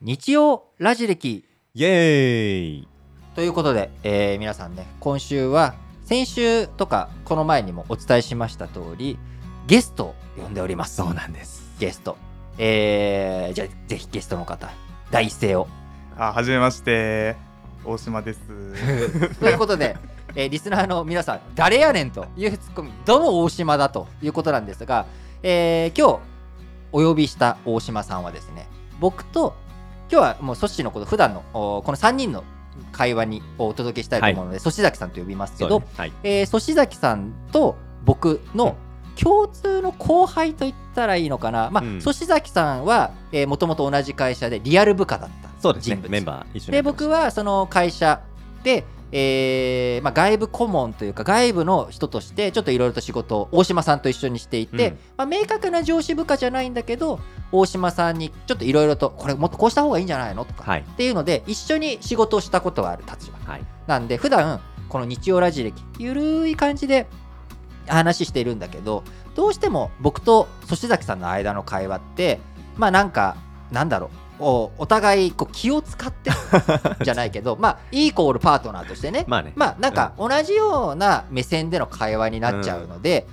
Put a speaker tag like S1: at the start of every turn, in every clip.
S1: 日曜ラジ歴
S2: イエーイ
S1: ということで、えー皆さんね今週は先週とかこの前にもお伝えしました通りゲストを呼んでおります
S2: そうなんです
S1: ゲストえー、じゃあぜひゲストの方第一声を
S3: あ、はじめまして。大 島です。
S1: ということで、えーリスナーの皆さん誰やねんというツッコミどうも大島だということなんですが、えー今日お呼びした大島さんはですね僕と今日はもうソッシーのこと普段のおこの3人の会話にお届けしたいと思うので、ソシザキさんと呼びますけ
S2: そう
S1: ど、
S2: ねはい
S1: えー、粗志崎さんと僕の共通の後輩と言ったらいいのかな、まあ
S2: うん
S1: 粗志崎さんはもともと同じ会社でリアル部下だった
S2: そうです
S1: 人
S2: ね
S1: 物
S2: メンバー一緒に
S1: で
S2: やってました
S1: 僕はその会社で、えーまあ、外部顧問というか外部の人としてちょっといろいろと仕事を大島さんと一緒にしていて、
S2: うん
S1: まあ、明確な上司部下じゃないんだけど大島さんにちょっといろいろとこれもっとこうした方がいいんじゃないのとか、
S2: はい
S1: っていうので一緒に仕事をしたことはある立場
S2: はい
S1: なんで普段この日曜ラジ歴ゆるい感じで話しているんだけどどうしても僕と粗志崎さんの間の会話ってまあなんかなんだろうおお互いこう気を使って じゃないけどまあイコールパートナーとしてね
S2: まあね
S1: まあなんか同じような目線での会話になっちゃうので、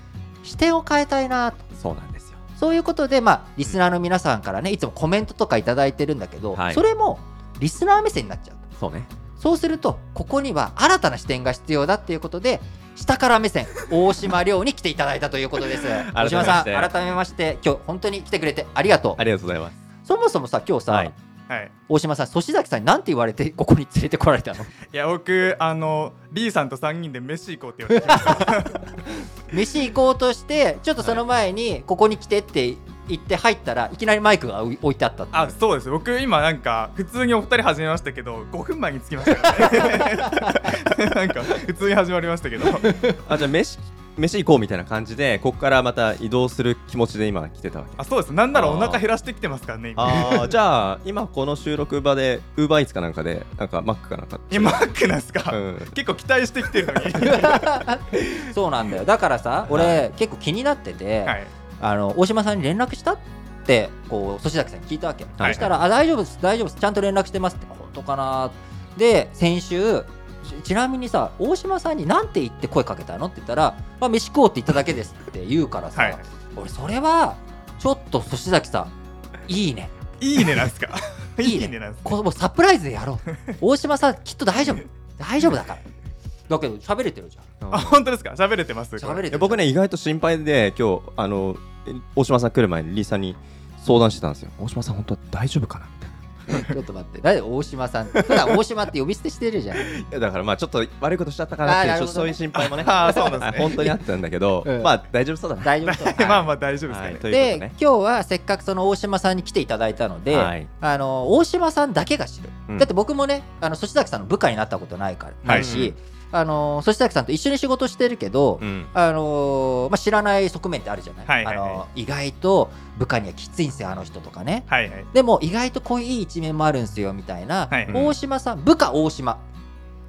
S1: 視点を変えたいなと
S2: そうなんですよ
S1: そういうことでまあリスナーの皆さんからねいつもコメントとか頂いただいてるんだけど、
S2: はい
S1: それもリスナー目線になっちゃう。
S2: そうね
S1: そうするとここには新たな視点が必要だっていうことで下から目線大島亮に来ていただいたということです大島さん
S2: 改めまして
S1: 改めまして今日本当に来てくれてありがと
S2: ありがとうございます
S1: うそもそもさ今日さ、
S2: はい
S3: はい。
S1: 大島さん粗志崎さんに何て言われてここに連れてこられた の
S3: いや、僕、あの、B さんと三人で飯行こうって言われてきま した。
S1: 飯行こうとしてちょっとその前にここに来てって言って入ったらいきなりマイクが置いてあったって
S3: あ、そうです。僕、今、なんか、普通にお二人始めましたけど、五分前に着きましたからね。 なんか、普通に始まりましたけど。
S2: あじゃあ飯飯行こうみたいな感じでここからまた移動する気持ちで今来てたわけ
S3: あ、そうです。なんなら
S2: あー
S3: お腹減らしてきてますからね、今。
S2: あーじゃあ今この収録場でウーバーイーツかなんかでなんかマックかなんか
S3: え、マックなんすか、
S2: うん
S3: 結構期待してきてる の に。
S1: そうなんだよだからさ俺、結構気になってて、
S3: はい。
S1: あの大島さんに連絡したってこう粗崎さんに聞いたわけ、
S2: はい
S1: そしたら「あ大丈夫です大丈夫ですちゃんと連絡してます」って「本当かな?」で先週ちちなみにさ大島さんに何て言って声かけたのって言ったら「まあ、飯食おうって言っただけです」って言うからさ、
S3: はい。
S1: 俺それはちょっと粗崎さんいいね
S3: いいねなんすか
S1: いいね
S3: いいねなんすか
S1: こうもうサプライズでやろう大島さんきっと大丈夫大丈夫だからだけど喋れてるじゃん
S3: あ、本当ですか喋れてますこ
S1: 喋れてる
S2: いや僕ね意外と心配で今日あのえ大島さん来る前にリーさんに相談してたんですよ大島さん本当は大丈夫かなみたい
S1: ちょっと待ってなんで大島さん普段大島って呼び捨てしてるじゃん、
S2: ないやだからまあちょっと悪いことしちゃったかなってい
S1: あー
S2: う、ちょっと
S1: な
S2: そうい
S1: る
S2: う心配も ね
S3: あーそうなんですね
S2: はい本当にあったんだけど、
S1: うん
S2: まあ大丈夫そうだな
S1: 大丈夫そう
S3: まあまあ大丈夫ですか
S2: は
S3: ね
S2: い、。という
S1: で、
S2: ことね
S1: 今日はせっかくその大島さんに来ていただいたので、
S2: はい
S1: あの大島さんだけが知る、
S2: うん
S1: だって僕もねあの粗崎さんの部下になったことないから、
S3: はい
S1: ないしあの粗崎さんと一緒に仕事してるけど、
S2: うん
S1: あのまあ、知らない側面ってあるじゃない,、
S3: はいはいはい
S1: あの意外と部下にはきついんすよあの人とかね
S3: はいはい。
S1: でも意外とこういういい一面もあるんすよみたいな、
S3: はい
S2: うん
S1: 大島さん部下大島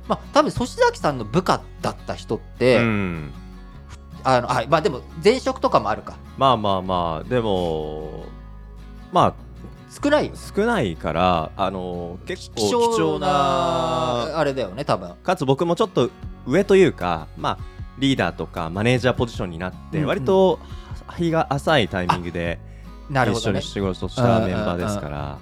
S1: まあ多分粗崎さんの部下だった人って、
S2: うん
S1: あのあまあでも前職とかもあるか
S2: まあまあまあでもまあ
S1: 少ないよ
S2: 少ないからあの結構
S1: 貴
S2: 貴
S1: 重な
S2: 重な
S1: あれだよね多分
S2: かつ僕もちょっと上というかまあリーダーとかマネージャーポジションになって、
S1: うんうん
S2: 割と日が浅いタイミングで
S1: なるほ
S2: 一緒
S1: どね
S2: に仕事したメンバーですから、は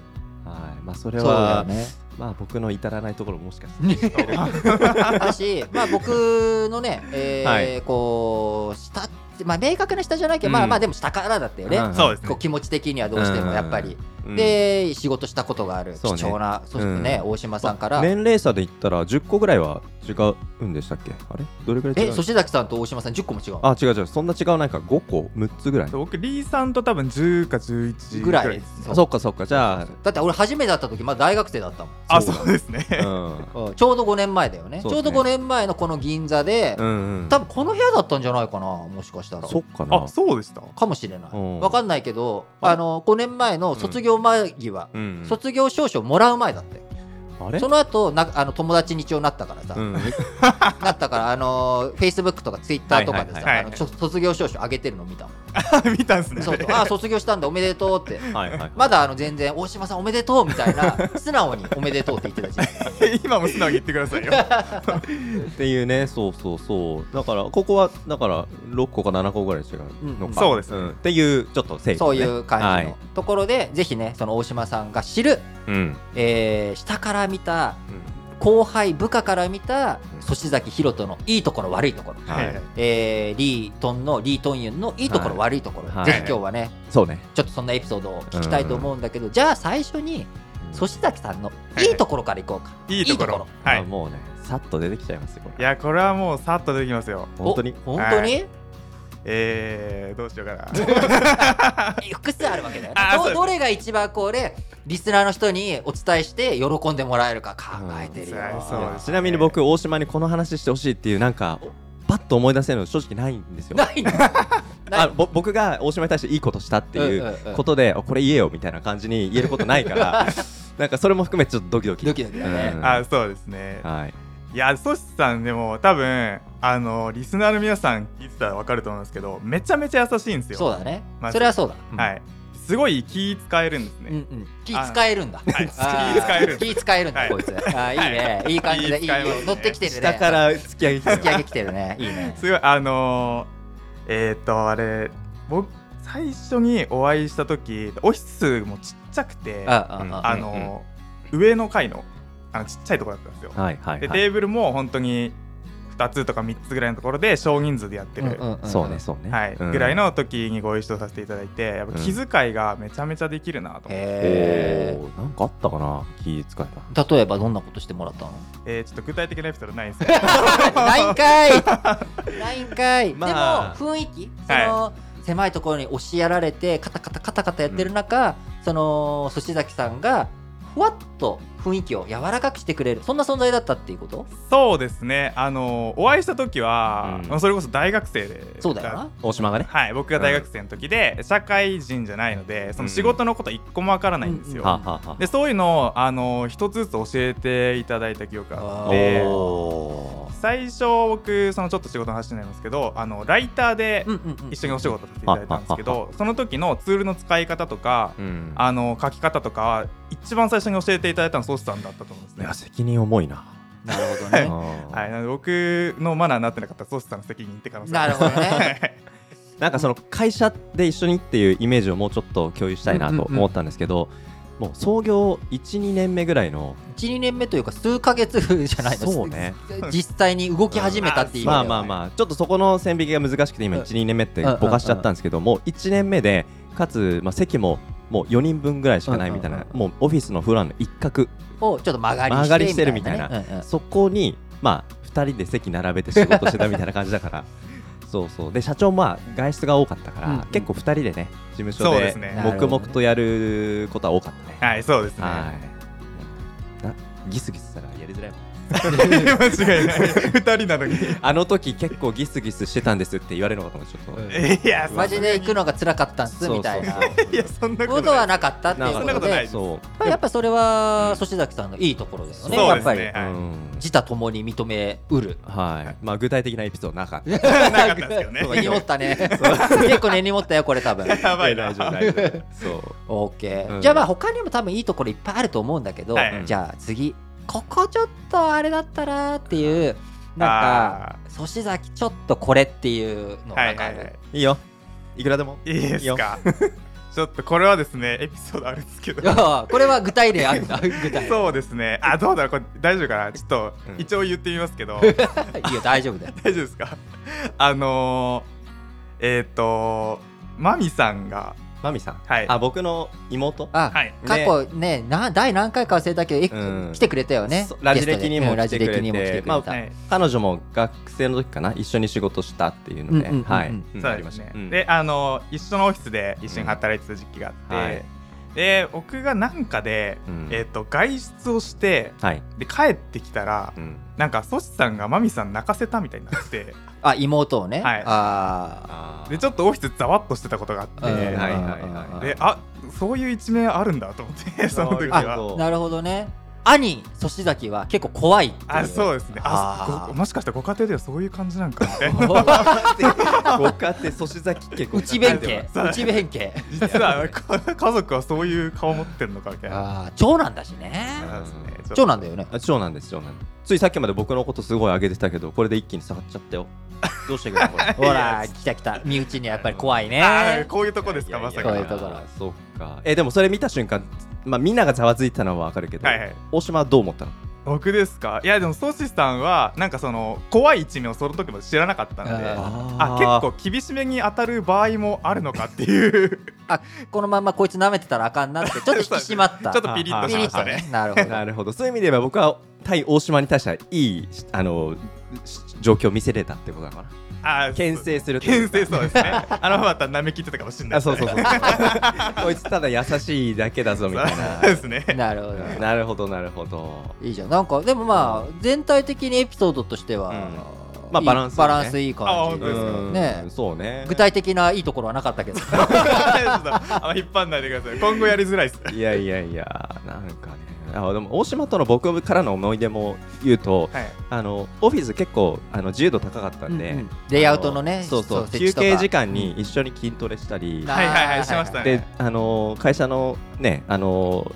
S2: いまあ、それ
S1: そうだよ
S2: は、
S1: ね
S2: まあ、僕の至らないところももしかして
S1: だ し、まあ、僕のね、えー
S2: はい
S1: こう下って、まあ、明確な下じゃないけど、
S2: うん
S1: まあまあでも下からだったよね、
S2: うん
S3: そうです
S1: こう
S3: ね。
S1: 気持ち的にはどうしてもやっぱり、、
S2: うん
S1: で仕事したことがある貴
S2: そうね
S1: 重なそしてね、大島さんから、
S2: 年齢差で言ったら10個ぐらいは違うんでしたっけあれどれぐらい違
S1: え
S2: う
S1: 粗崎さんと大島さん10個も違うの
S2: あ違う違うそんな違うないか5個6つぐらい
S3: 僕、リーさんと多分10か11
S1: ぐらい
S3: です
S1: そう
S2: そっかそっかじゃ
S1: だって俺初めて会った時まだ大学生だったもん
S3: あ、そうですね。
S2: あ、うん、
S1: うんちょうど5年前だよね
S2: そう
S1: ち
S2: で
S1: ょ
S2: す
S1: う
S2: ね
S1: ど5年前のこの銀座で、
S2: うんうん、
S1: 多分この部屋だったんじゃないかなもしかしたら
S2: そっかな
S3: あ、そうでした。
S1: かもしれない、
S2: うん
S1: わかんないけどあの5年前の卒業間際、
S2: うん、
S1: 卒業証書もらう前だったよ
S2: あれ
S1: その後なあの友達に一応なったからさ、
S2: うん、
S1: なったからあのフェイスブックとかツイッターとかでさ、
S2: はい
S3: はいはい
S1: あのちょ卒業証書上げてるの見たもん
S3: 見たんすね
S1: そうそうああ卒業したんだおめでとうって
S2: はいはい
S1: まだあの全然大島さんおめでとうみたいな素直におめでとうって言ってた時期
S3: 今も素直に言ってくださいよ
S2: っていうねそうそうそうだからここはだから6個か7個ぐらい違うのか、
S1: うん
S3: そうですね
S2: んっていうちょっと整理ね、
S1: そういう感じ
S2: は
S1: のところでぜひねその大島さんが知る、
S2: いうん
S1: えー下から見た後輩部下から見た粗志崎宏斗のいいところ悪いところ、
S2: はい
S3: はい
S1: えーリートンのリートンユンのいいところ、
S2: は
S1: 悪いところ、
S2: はい
S1: ぜひ今日はね
S2: そうね
S1: ちょっとそんなエピソードを聞きたいと思うんだけど、じゃあ最初に粗志崎さんのいいところからいこうか、
S3: いいところは
S2: あ
S3: い
S2: もうねさっと出てきちゃいますよこ
S3: い
S2: れ
S3: やこれはもうさっと出てきますよ
S1: お
S2: 本当に
S1: 本当に、
S3: えー、どうしようかな
S1: え複数あるわけだよね
S3: あーそう
S1: ど
S3: です
S1: どれが一番これリスナーの人にお伝えして喜んでもらえるか考えてるよ、
S3: うんそうですね
S2: ちなみに僕大島にこの話してほしいっていうなんかパッと思い出せるの正直ないんですよ
S1: ないのない
S2: あぼ僕が大島に対していいことしたってい
S1: ん
S2: ううん
S1: うん
S2: ことで、あこれ言えよみたいな感じに言えることないからなんかそれも含めてちょっとドキドキ
S1: ドキドキだね、
S2: うん
S3: あそうですね
S2: はい
S3: いやソシさんでも多分あのリスナーの皆さん聞いてたら分かると思うんですけどめちゃめちゃ優しいんですよ
S1: そうだね、
S3: まず
S1: それはそうだ、
S3: はいすごい気使えるんです
S1: うんう
S3: ね、
S1: ん、気使えるんだ
S3: はい気
S1: あー
S3: 使える
S1: 気使えるんだ、
S3: はい
S1: こいつあーいいねいい感じでいい
S3: 気
S1: よ
S3: 使えますね
S1: 乗ってきてるね
S2: 下から突き上げて
S1: 突き上げきてるねいいね
S3: すごいあのー、えっ、ー、とあれ僕最初にお会いした時オフィスもちっちゃくてあ
S1: あ
S2: うん
S1: ああ
S3: のー上の階のあのちっちゃいところだったんですよ、
S2: はいはい
S3: で
S2: はい
S3: テーブルも本当に2つとか3つぐらいのところで少人数でやってる、
S1: うんうんん
S2: そうねそうね
S3: はい
S2: うん
S3: ぐらいの時にご一緒させていただいてやっぱ気遣いがめちゃめちゃできるなと思っ
S2: お
S3: て、
S1: へ
S2: ーなんかあったかな気使った
S1: ー例えばどんなことしてもらったの
S3: えーちょっと具体的なエピソードないですね
S1: ないんかいないんかい、
S2: まあ
S1: でも雰囲気その、狭いところに押しやられてカタカタカタカタやってる中、その寿司崎さんがふわっと雰囲気を柔らかくしてくれるそんな存在だったっていうこと
S3: そうですねあのーお会いした時は
S2: うん、
S3: まあそれこそ大学生で
S1: そうだよな
S2: 大島がね
S3: はい、僕が大学生の時で、社会人じゃないのでその仕事のこと一個もわからないんですよ、
S1: うんうん
S2: はあはあはあ
S3: でそういうのをあの一つずつ教えていただいた記憶があっ
S1: え
S3: て
S1: ー
S2: おー
S3: 最初僕そのちょっと仕事の話になりますけどあのライターで
S1: うんうんうん
S3: 一緒 にお仕事させていただいたんですけど、その時のツールの使い方とか、
S2: うん
S3: あの書き方とかは一番最初に教えていただいたのソースさんだったと思うんです
S2: い
S3: ね
S2: や。責任重いな
S1: なるほど
S2: あ
S1: ね
S2: ー
S3: はい、なので僕のマナーになってなかったらソースさんの責任って可能性
S1: なるほどね
S2: なんかその会社で一緒にっていうイメージをもうちょっと共有したいなと思ったんですけど、もう創業12年目ぐらいの
S1: 12年目というか数ヶ月じゃないの
S2: そうね
S1: 実際に動き始めたっていう意味で
S2: ま
S1: は
S2: あまあまあちょっとそこの線引きが難しくて今
S1: うん
S2: 12年目ってぼかしちゃったんですけどもう1年目でかつまあ席ももう4人分ぐらいしかないみたい
S1: うん
S2: な
S1: うんうん
S2: もうオフィスのフロアの一角
S1: をちょっと曲がり
S2: 曲がりしてるみたいな
S1: ねうんうん
S2: そこにまあ2人で席並べて仕事してたみたいな感じだから そうそうで社長まあ外出が多かったか
S1: うんうん
S2: ら結構2人でね事務所
S3: そうで
S2: です
S3: ね
S2: 黙々とやることは多かったね。
S3: はい、そうですね。
S2: はい。なギスギスしたらやりづらいもん。
S3: 間違いない。二人なのに。
S2: あの時結構ギスギスしてたんですって言われるのかと思ってちょっと。
S3: いや、
S1: マジで行くのが辛かったんですみたいな
S2: そうそう
S3: いや、そんなこ
S1: ことと
S3: ない
S1: はなかったっていう
S3: そん
S1: こ
S3: な
S1: と
S3: ことない
S1: で
S3: です
S2: そう。
S1: やっぱそれは粗崎さんのいいところですよね
S3: そ
S1: や
S3: う
S1: っ
S3: です
S1: ぱ
S3: ね
S1: り
S3: はい
S2: うん
S1: 自他ともに認めうる
S2: はい。まあ具体的なエピソードなかった。
S3: なかったですけ どね。
S1: 根に持ったね 結構根に持ったよこれ多分
S3: やばいな。
S2: 大丈夫大丈夫。そう。
S1: OK、
S2: うん
S1: じゃあまあ他にも多分いいところいっぱいあると思うんだけど、
S3: はい
S1: じゃあ次ここちょっとあれだったなーっていうなんか粗志崎ちょっとこれっていうの
S3: は
S1: なん
S3: い
S1: か
S3: は
S1: あ
S3: い
S1: る、
S3: はい。
S2: いいよ。いくらでも。
S3: いいですか。 ちょっとこれはですね、エピソードあるんですけ
S1: いや
S3: ど。
S1: ーこれは具体例あるんだ 具体 例
S3: そうですね。あ、どうだろう、これ大丈夫かな。ちょっと
S2: うん
S3: 一応言ってみます けど、
S1: いいよ大丈夫だよ
S3: 大丈夫ですか。あのー、えっと、マミさんが、
S2: マミさん。
S3: はい
S2: あ僕の妹。
S1: あ、
S3: はい
S1: 過去ねな第何回か忘れたけど、え
S2: うん
S1: 来てくれたよね
S2: そラジ
S1: ゲストで
S2: 歴にも
S1: うんラジ
S2: 来てくれ
S1: 歴
S2: て
S1: にも来てくれた、
S2: まあ
S3: はい。
S2: 彼女も学生の時かな一緒に仕事したっていうの
S1: う
S2: で、
S1: んうんうんうん
S2: はい。ん
S3: そ
S2: あ
S3: う
S2: り
S3: で
S2: ますした
S3: ね。
S2: うん
S3: で、あのー、一緒のオフィスで一緒に働いてた時期があって、
S2: はい
S3: で、僕がなんかで、
S2: うん
S3: えっと、外出をして、
S2: はい。
S3: で、帰ってきたら
S2: う、ん
S3: なんかソシさんがマミさん泣かせたみたいに なって
S1: あ妹をね、
S3: はい
S1: あ
S2: あー
S3: でちょっとオフィスざわっとしてたことがあって、
S1: うん
S2: はいはい
S1: うんうんうん
S2: は い。
S3: であそういう一面あるんだと思ってその時
S2: あ
S3: は
S2: そ
S1: ーなるほどね兄粗志崎は結構怖いっていう
S3: あそうですねあ
S1: あー
S3: ごもしかしてご家庭ではそういう感じなんかみたいな
S2: ご家庭粗志崎家
S1: 内弁 慶内弁慶
S3: 実はか 家族はそういう顔持ってるのかみたいな
S1: あー長男だしね
S3: そうですねちょっと
S1: 長男だよね
S2: あ長男です長男ついさっきまで僕のことすごい上げてたけどこれで一気に下がっちゃった よどうしていいかなこれ
S1: ほら来た来た身内にはやっぱり怖い
S3: あー
S1: ね
S3: こういうとこですかまさ
S1: こ
S3: か
S1: ういうところ
S2: あーそっかえでもそれ見た瞬間まあみんながざわついたのはわかるけど、
S3: はいはい
S2: 大島はどう思ったの
S3: 僕ですかいやでもソシさんはなんかその怖い一面をその時まで知らなかったので
S1: あ
S3: あ
S2: ー
S3: 結構厳しめに当たる場合もあるのかっていう
S1: このまんまこいつ舐めてたらあかんなってちょっと引き締まっ
S3: ちょ
S1: た
S3: っとピリッと
S1: ピ
S3: し
S1: リ
S3: ま
S1: ッ
S3: し
S1: と
S3: たね
S1: ねなるほど
S2: なるほどそういう意味で言えば僕は対大島に対してはいいしあのし状況を見せれたってことなのかな
S3: あー
S2: 牽制するとい
S3: 牽
S2: うか
S3: 制そうですねあのまた舐め切ってたかもしれな
S2: あ
S3: いです
S2: そ
S3: ね
S2: うそうそう こいつただ優しいだけだぞみたいな
S3: そうです ね
S1: なるほど
S2: なるほどなるほど
S1: いいじゃんなんかでもまあ全体的にエピソードとしては、
S2: まあバラ
S1: いい
S2: ンスはね
S1: バランスいい
S3: あ
S1: 感
S3: 本
S1: じ
S3: 当ですか
S2: うん
S1: ね
S2: そうね
S1: 具体的ないいところはなかったけど
S3: あんま引っ張んないでください。今後やりづらいです。
S2: いやいやいやなんかねあでも大島との僕からの思い出も言うと
S3: はい。
S2: あのオフィス結構あの自由度高かったんで、
S1: うんうんレイアウトのね
S2: あそうそう
S1: 設
S2: 休
S1: 置とか
S2: 憩時間に一緒に筋トレしたり、
S1: な
S3: はいはいはい、しました
S2: で
S3: ね。
S2: あの会社のねあの、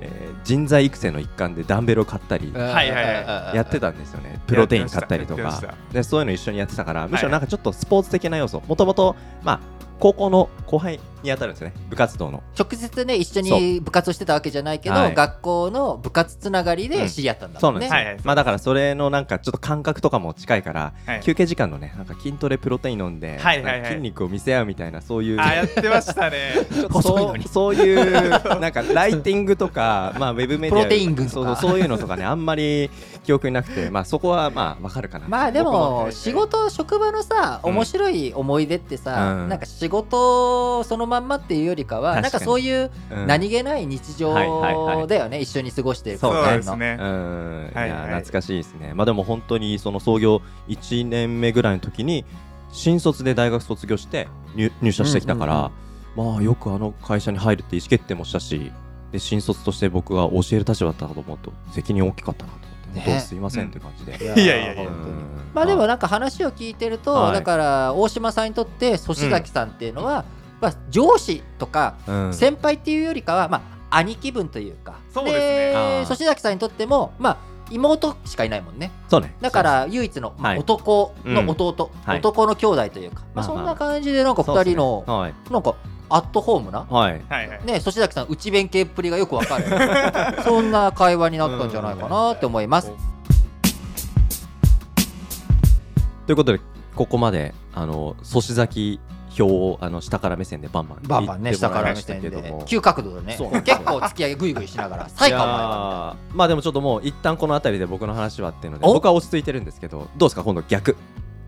S2: えー人材育成の一環でダンベルを買ったり
S1: うん
S3: はいはいはい
S1: うんうんうん
S2: やってたんですよねプロテイン買ったりと
S3: やってま
S2: か
S3: した
S2: でそういうの一緒にやってたからむしろ
S3: はい
S2: なんかちょっとスポーツ的な要素もともとまあ高校の後輩に当たるんですよね部活動の
S1: 直接ね一緒
S2: そ
S1: に部活をしてたわけじゃないけど、
S2: はい
S1: 学校の部活つながり
S2: う
S1: で
S2: ん
S1: 知り合ったんだ
S2: そ
S1: も
S2: うんなん
S1: ね、
S2: ですよ、
S3: はいはい
S2: まあだからそれのなんかちょっと感覚とかも近いから、
S3: はい
S2: 休憩時間のねなんか筋トレプロテイン飲んで、
S3: はいはいはい
S2: なんか筋肉を見せ合うみたいなそういう
S3: あ、やってましたね。
S2: ちょっと
S1: 細い
S2: そ
S1: の
S2: う
S1: に
S2: そういうなんかライティングと か、まあ、ウェブメディア
S1: プロテイン群と
S2: そう
S1: か
S2: そうそういうのとかねあんまり記憶になくて、まあ、そこはまあわかるかな
S1: まあで
S2: 僕
S1: も仕事職場のさ
S2: うん
S1: 面白い思い出ってさ、
S2: うん
S1: なんか仕事そのまんまっていうよりかは
S2: 確かに
S1: なんかそういう
S2: うん
S1: 何気ない日常だ
S2: はい
S1: よね、
S2: はいはい
S1: 一緒に過ごしてる
S2: そうね
S3: そうで
S1: そ
S3: す
S1: うね
S2: う
S3: ね。
S2: ん、
S3: はい
S2: い
S3: は
S2: や
S3: い
S2: 懐かしいですねまあでも本当にその創業1年目ぐらいの時に新卒で大学卒業して入入社してきたから、まあよくあの会社に入るって意思決定もしたしで新卒として僕が教える立場だったかと思うと責任大きかったなと思って、
S1: ね
S2: 本当すいませんって感じで、
S1: い
S3: いやいやい
S1: 本
S3: や
S1: 当に
S2: うん
S1: まあでもなんか話を聞いてると、
S2: はい
S1: だから大島さんにとって粗志崎さんっていうのは、まあ、上司とか
S2: うん
S1: 先輩っていうよりかは、まあ、兄貴分というか
S3: そうですね
S2: あー
S1: 粗崎さんにとっても、まあ、妹しかいないもんね
S2: そうね
S1: だから唯一の、まあ
S2: はい
S1: 男の弟、
S2: うんはい
S1: 男の兄弟というか、まあ、
S2: まあ
S1: そ
S2: まあ
S1: んな感じでなんか
S2: そう
S1: 2
S2: です
S1: 人
S2: ね
S1: の、
S2: はい
S1: なんかアットホームな、
S2: はい
S3: はいはい。
S1: ね粗崎さん内弁慶っぷりがよくわかる そんな会話になったんじゃないかなって思います。
S2: ということでここまであの粗志崎表をあの下から目線でバンバン
S1: バンバンね
S2: 言
S1: 下
S2: っても
S1: からら目
S2: いました
S1: 線
S2: け
S1: で
S2: ども
S1: 急角度でね
S2: そう
S1: 結構突き上げぐいぐいしながら「最
S2: い
S1: 下
S2: や
S1: お前は
S2: ーまあでもちょっともう一旦この辺りで僕の話はっていうので
S1: お
S2: 僕は落ち着いてるんですけどどうですか今度逆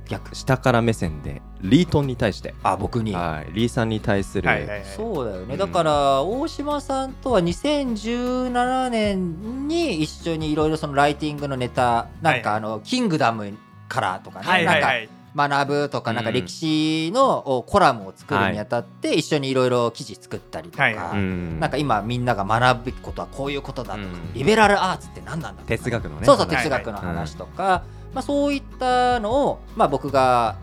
S1: 逆
S2: 下から目線でリートンに対して
S1: あ僕に」
S2: はいリーさんに対する、
S3: はいはいはい。
S1: そうだよね、
S2: うん
S1: だから大島さんとは2017年に一緒にいろいろそのライティングのネタなんか
S3: は
S1: あの「キングダム」からとかね、
S3: はいはいは
S1: なんか
S3: い。
S1: 学ぶとか
S2: うん
S1: なんか歴史のおコラムを作るにあたって一緒にいろいろ記事作ったりとか、
S3: はいは
S2: うん
S1: なんか今みんなが学ぶべきことはこういうことだとか、
S2: うん
S1: リベラルアーツって何なんだとか
S2: 哲学のね
S1: そうそう
S2: 話
S1: 哲学の話とか、まあ、そういったのを、まあ、僕が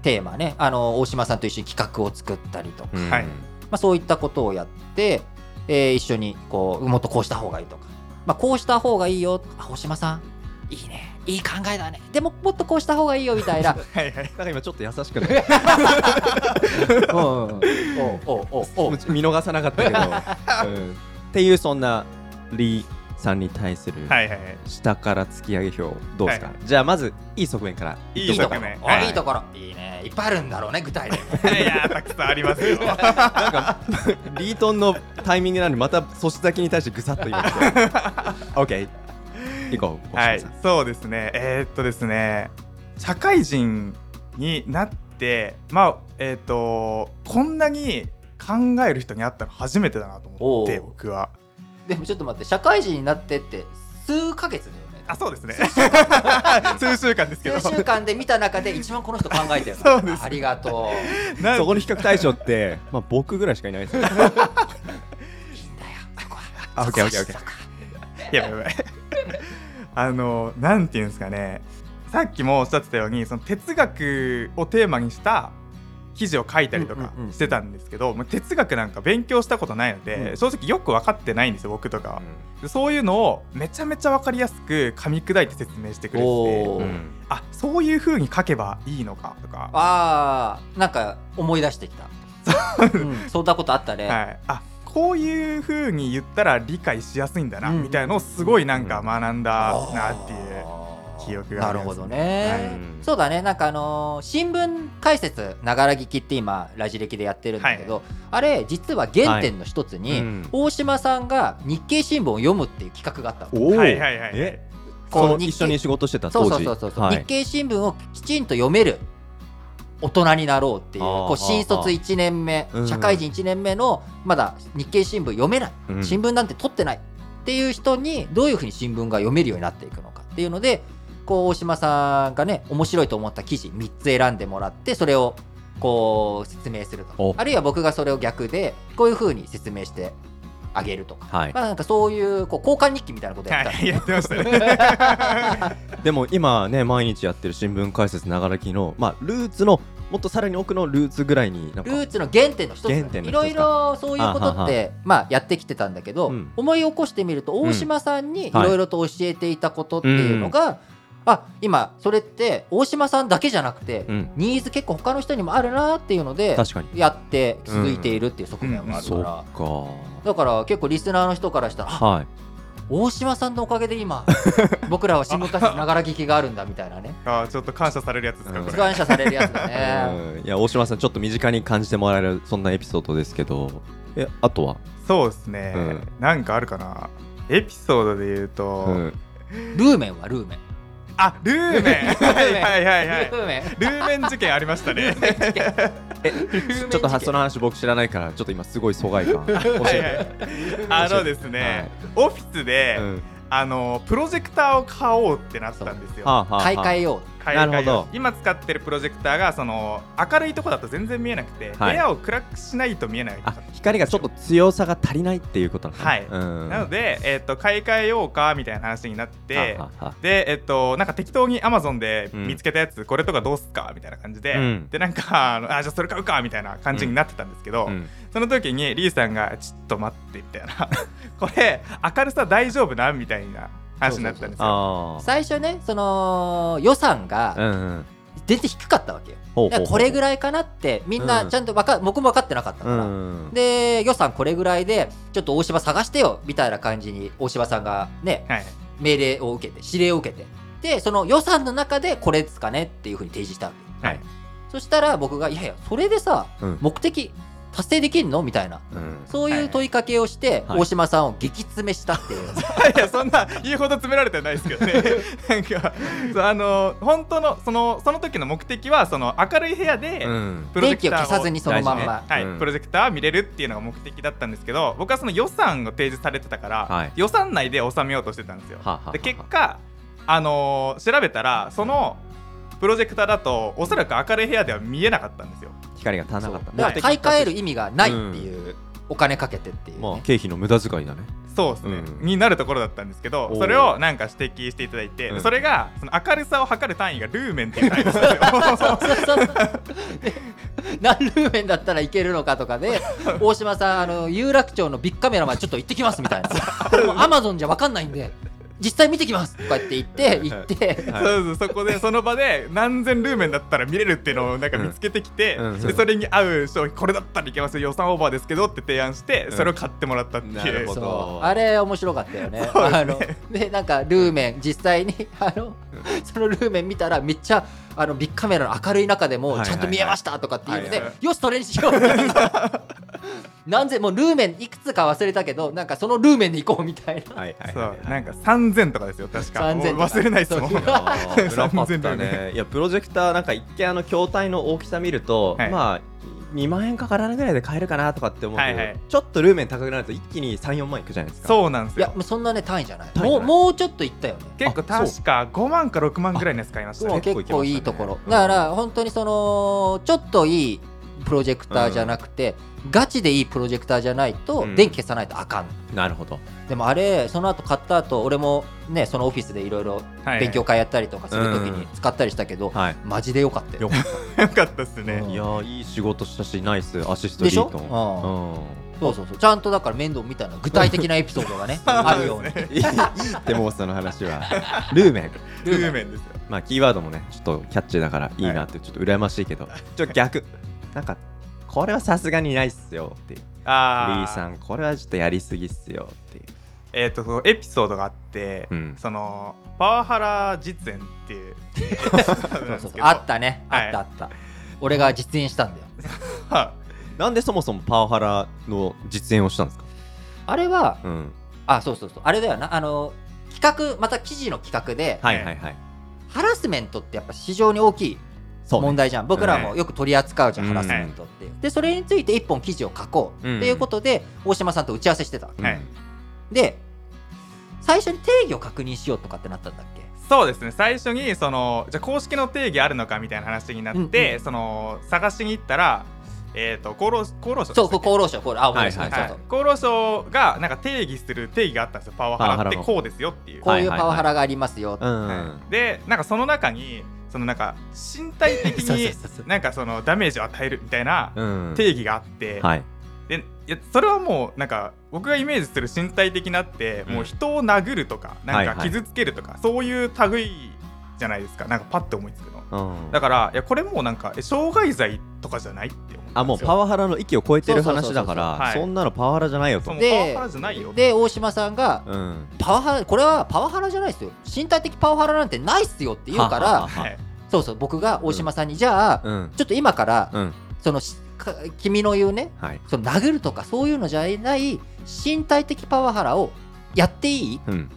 S1: テーマねあの大島さんと一緒に企画を作ったりとか、
S2: うん
S3: はい
S1: まあ、そういったことをやって、えー一緒にこうもっとこうした方がいいとか、まあ、こうした方がいいよあ大島さんいいねいい考えだねでももっとこうした方がいいよみたいな
S3: はいはい。
S2: なんか今ちょっと優しくない
S1: うんうんうんおうおうおうおう
S2: 見逃さなかったけど、うんっていうそんなリーさんに対する
S3: はいはいはい。
S2: 下から突き上げ表どうですか、
S3: は
S2: じゃあまずいい側面から
S3: い
S1: いい
S3: いと
S1: と
S3: こ
S1: ころ
S3: ね。
S1: おいいところいいねいっぱいあるんだろうね具体で
S3: いやー、たくさんありま すよ。
S2: なんかリートンのタイミングなのにまた粗品先に対してぐさっと言わ れて OK 行こう
S3: はい
S2: 小島さん、
S3: そうですね。えーっとですね、社会人になって、まあ、えーっと、こんなに考える人に会ったの初めてだなと思って、
S1: おう
S3: 僕は。
S1: でもちょっと待って社会人になってって数ヶ月だよね
S3: あ、そう ですね。数週間ですけど。
S1: 数週間で見た中で一番この人考えてる
S3: そうです
S1: ありがとう
S3: なん
S2: そこの比較対象って、まあ、僕ぐらいしかいないですよ
S1: いいんだよそこは
S2: あ OKOKOK
S1: そこは
S3: やばいや ばいあのなんていうんですかねさっきもおっしゃってたようにその哲学をテーマにした記事を書いたりとか
S1: うんうんうん
S3: してたんですけど、まあ哲学なんか勉強したことないので、
S1: うん
S3: 正直よく分かってないんですよ僕とかは、でそういうのをめちゃめちゃ分かりやすく噛み砕いて説明してくれてて
S1: おー
S2: うん
S3: あそういう風に書けばいいのかとか
S1: あーなんか思い出してきたうんそんなことあったね、
S3: はい、あこういうふうに言ったら理解しやすいんだな、
S1: うん
S3: みたいのをすごいなんか学んだ
S1: あー
S3: なっていう、記憶があ
S1: な
S3: り
S1: る
S3: ま
S1: ほ
S3: す
S1: ど
S3: ね
S1: ね、
S2: はい
S1: そうだねなんかあのー新聞解説ながら聞きって今ラジ歴でやってるんだけど、あれ実は原点の一つに、
S2: はいうん
S1: 大島さんが日経新聞を読むっていう企画があったの
S2: おー
S3: はいはいはい
S2: え
S1: こう
S2: その
S1: 日
S2: 一
S1: 経
S2: 緒に仕事してた当
S1: そう
S2: 時
S1: そうそうそうそう、
S2: はい
S1: 日経新聞をきちんと読める大人になろうっていう
S2: あー
S1: こう新
S2: あ
S1: 卒
S2: ー
S1: 1年目
S2: うん
S1: 社会人1年目のまだ日経新聞読めない、
S2: うん
S1: 新聞なんて取ってないっていう人にどういうふうに新聞が読めるようになっていくのかっていうのでこう大島さんがね面白いと思った記事3つ選んでもらってそれをこう説明すると
S2: お
S1: あるいは僕がそれを逆でこういうふうに説明してあげるとか、
S2: はい
S1: まあ、なんかそういうこう交換日記みたいなことやった
S3: はい、
S1: り
S3: やってました ね
S2: でも今ね毎日やってる新聞解説ながらきの、まあ、ルーツのもっとさらに奥のルーツぐらいになんか
S1: ルーツの原点の一つだ
S2: 原点の
S1: い
S2: 一つ
S1: ろ
S2: か
S1: いろそういうこと
S2: あは
S1: っ
S2: は
S1: てまあやってきてたんだけど、
S2: うん
S1: 思い起こしてみると
S2: ん
S1: 大島さんにい
S2: はい
S1: ろいろと教えていたことっていうのが、あ今それって大島さんだけじゃなくて、
S2: うん
S1: ニーズ結構他の人にもあるなっていうので
S2: 確かに
S1: やって続いているっていう側面があるから、
S2: そうか
S1: だから結構リスナーの人からしたらあ
S2: はい
S1: 大島さんのおかげで 今僕らは新聞化しながら聞きがあるんだみたいなね
S3: あちょっと感謝されるやつですか、
S2: うん
S3: これ
S1: 感謝されるやつだね。
S2: うんいや大島さんちょっと身近に感じてもらえるそんなエピソードですけどえあとは、
S3: そうですね、
S2: うん
S3: なんかあるかなエピソードで言うと、
S2: うん
S1: ルーメンはルーメン。
S3: あ ルーメンはいはいはいはい
S1: ルー メン。
S3: ルーメン事件ありましたね
S2: ちょっとはその話僕知らないからちょっと今すごい疎外感 教えて、
S3: はいはいあのですね、オフィスで、
S2: うん
S3: あのプロジェクターを買おうってなったんですよ、
S2: はあはあはあ
S1: 買い替えよう。
S3: 買い
S2: なるほど
S3: 替えを今使ってるプロジェクターがその明るいとこだと全然見えなくて、
S2: はい
S3: 部屋を暗くしないと見えない
S2: あ光がちょっと強さが足りないっていうことなのかな
S3: はい
S2: うん
S3: なので、えっと買い替えようかみたいな話になって
S2: はあはあ
S3: でえっとなんか適当に Amazon で
S2: うん
S3: 見つけたやつ、これとかどうすっかみたいな感じで、
S2: うん
S3: でなんかあのあじゃあそれ買うかみたいな感じになってたんですけど、
S2: うん
S3: その時にリーさんが「ちょっと待って」みたいな「これ明るさ大丈夫なん?」みたいな話になったんですよ。
S2: あ
S1: 最初ねその予算
S2: あ
S1: が
S2: うんうん
S1: 全然低かったわけよ、
S2: ほう
S1: だか
S2: ほう
S1: らこれぐ
S2: らい
S1: らいかなってみんな
S2: うん
S1: ちゃんとわか、僕も分かってなかった
S2: う
S1: から、
S2: ん
S1: で予算これぐらいでちょっと大柴探してよみたいな感じに大柴さんがね
S3: はい
S1: 命令を受けて指令を受けてでその予算の中でこれですかねっていうふうに提示したわけ、
S3: はい
S1: そしたら僕がいやいやそれでさ
S2: うん
S1: 目的達成できんのみたいな
S2: うん
S1: そういう問いかけをして、
S2: はい
S1: 大島さんを激詰めしたって いう、
S3: いやそんな言うほど詰められてはないですけ どねなんかそうあの本当のそのその時の目的はその明るい部屋で、
S2: うん
S3: プロジ
S1: 電
S3: ェク
S1: 気を
S3: ター
S1: 消さずにそのまん
S2: 大事
S1: ま
S2: ね
S3: はい
S2: うん
S3: プロジェクターは見れるっていうのが目的だったんですけど僕はその予算を提示されてたから、
S2: はい
S3: 予算内で収めようとしてたんですよ。
S2: はあはあはあ
S3: で結果、あのー調べたらそのプロジェクターだとおそらく明るい部屋では見えなかったんですよ。
S2: 光が足らなかった
S1: だから買い替える意味がないっていう、お金かけてっていう、ね
S2: まあ経費の無駄遣いだね
S3: そうですね、
S2: うん
S3: になるところだったんですけど
S2: おー
S3: それをなんか指摘していただいて、
S2: うん
S3: それがその明るさを測る単位がルーメンっていう単位だ ったんですよ。
S1: そうそうそうで 何ルーメンだったらいけるのかとか で大島さんあの有楽町のビッグカメラまでちょっと行ってきますみたい なアマゾンじゃ分かんないんで実際見てきますとか言って行って行って
S2: はい
S3: そうそうそこでその場で何千ルーメンだったら見れるっていうのをなんか見つけてきて、
S2: うんうん
S3: でそれに合う商品これだったらいけますよ予算オーバーですけどって提案して
S2: うん
S3: それを買ってもらったっていう、
S2: なるほど
S1: そうあれ面白かったよねあのでなんかルーメン実際に あのそのルーメン見たらめっちゃあのビッグカメラの明るい中で
S2: はい
S1: も
S2: はい
S1: ちゃ
S2: はい
S1: んと見えましたとかっていうの
S3: はい
S1: で
S3: はい
S1: よしそれにしようみたいな何千もうルーメンいくつか忘れたけどなんかそのルーメンで行こうみたいな
S2: はいは
S3: そうなんか3000とかですよ確かもう
S1: 3000とか
S3: 忘れないですもん
S1: そう
S2: あー
S3: 3000
S2: 裏パッタ
S3: ルー
S2: ねいやプロジェクターなんか一見あの筐体の大きさ見ると、
S3: はい
S2: まあ2万円かからないぐらいで買えるかなとかって思うけど、
S3: はいはい
S2: ちょっとルーメン高くなると一気に34万いくじゃないですかう
S3: そうなんです
S1: いや
S3: よ
S1: もうそんなね単位じゃない
S2: 単位じ
S1: も
S2: ゃ
S1: う
S2: ない
S1: もうちょっといったよね
S3: 結構
S2: あそう
S3: 確か5万か6万ぐらいのやつ買いました
S2: う
S3: ね
S2: わ
S1: 結構いいところ、
S2: 結構いきましたね
S1: だから本当にそのちょっといいプロジェクターじゃなくて、ガチでいいプロジェクターじゃないと、
S2: うん
S1: 電気消さないとあかん
S2: なるほど。
S1: でもあれその後買った後俺もねそのオフィスでいろいろ
S3: はい
S1: 勉強会やったりとかするとき
S2: うん
S1: に使ったりしたけど、
S2: はい。
S1: マジでよかったよ
S2: よかった。
S3: よかったですね
S1: うん
S2: いやーいい仕事したし、ナイス、アシストリ
S1: でしょ
S2: ート。
S1: そうそうそうちゃんとだから面倒見たいな具体的なエピソードがねあるように
S2: うん。 いいってもうその話は。 ルーメン。
S3: ルーメンですよ
S2: まあ、キーワードもね、ちょっとキャッチーだからいいなって、ちょっと羨ましいけど、ちょっと逆。なんか、これはさすがにないっすよっていう。
S3: あー
S2: リーさん、これはちょっとやりすぎっすよっていう。
S3: えっ、とそのエピソードがあって、
S2: うん
S3: そのパワハラ実演っていう
S1: そうそうそうあったねあ
S3: はい
S1: ったあった、俺が実演したんだよ
S3: た
S2: なんでそもそもパワハラの実演をしたんですか
S1: あれは
S2: うん。
S1: あそうそうそうあれだよなあの企画また記事の企画で、
S2: はいはいはい。
S1: ハラスメントってやっぱ非常に大きい
S2: そうね
S1: 問題じゃん、僕らもよく取り扱うじゃん、
S2: うん
S1: ハラスメントって、でそれについて一本記事を書こうっていうことで、大島さんと打ち合わせしてたわけ
S2: うん
S3: はい
S1: で最初に定義を確認しようとかってなったんだっけ
S3: そうですね最初にそのじゃあ公式の定義あるのかみたいな話になって、
S1: うんう
S3: その探しに行ったら、えっと厚労厚労省
S1: そう
S3: で
S1: こ
S3: す
S1: 厚
S3: ね
S1: 労省これあごめんなさい
S2: はい
S1: そう
S3: はい、
S1: そ
S3: 厚
S1: う
S3: 労省がなんか定義する定義があったんですよパワハ
S2: パワハ
S3: ラ
S2: ラ
S3: って
S2: の
S3: こうですよっていう
S1: こういう
S2: はいはいはい
S1: パワハラがありますよ、
S2: うん。
S3: はいでなんかその中にそのなんか身体的
S1: そうそう
S3: に
S1: そうそう
S3: なんかそのダメージを与えるみたいな
S2: うん。
S3: 定義があって、
S2: はい。
S3: でいやそれはもうなんか僕がイメージする身体的なって、
S2: うん
S3: もう人を殴るとかな
S2: はい
S3: ん
S2: は
S3: か
S2: い
S3: 傷つけるとか、そういう類じゃないですかなんかパッと思いつくの
S2: うん
S3: だからいやこれもうなんかえ傷害罪とかじゃないって思った
S2: あ
S3: んで
S2: もう
S3: すよ
S2: パワハラの域を超えてる話だか
S3: そうそうそうそうは
S2: ら
S3: い
S2: そんなのパワハラじゃないよと
S3: そう。
S1: で
S3: パワハラじゃないよ
S1: で大島さんが、
S2: うん。
S1: パワハラこれはパワハラじゃないですよ身体的パワハラなんてないっすよって言うか
S2: はは
S1: ら
S2: は
S3: はい
S1: そうそう僕が大島さんに、じゃあ、
S2: うん
S1: ちょっと今から、
S2: うん
S1: そのしか君の言うね
S2: はい。
S1: その殴るとかそういうのじゃない身体的パワハラをやっていい
S2: うん。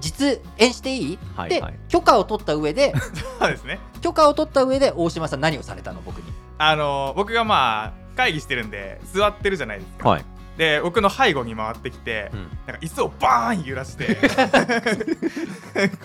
S1: 実演していい、
S2: はい
S1: で
S2: はい
S1: 許可を取った上 で
S3: そうですね
S1: 許可を取った上で大島さん何をされたの僕に
S3: あの僕がまあ会議してるんで座ってるじゃないですか、
S2: はい。
S3: で僕の背後に回ってきて、なんか椅子をバーン揺らして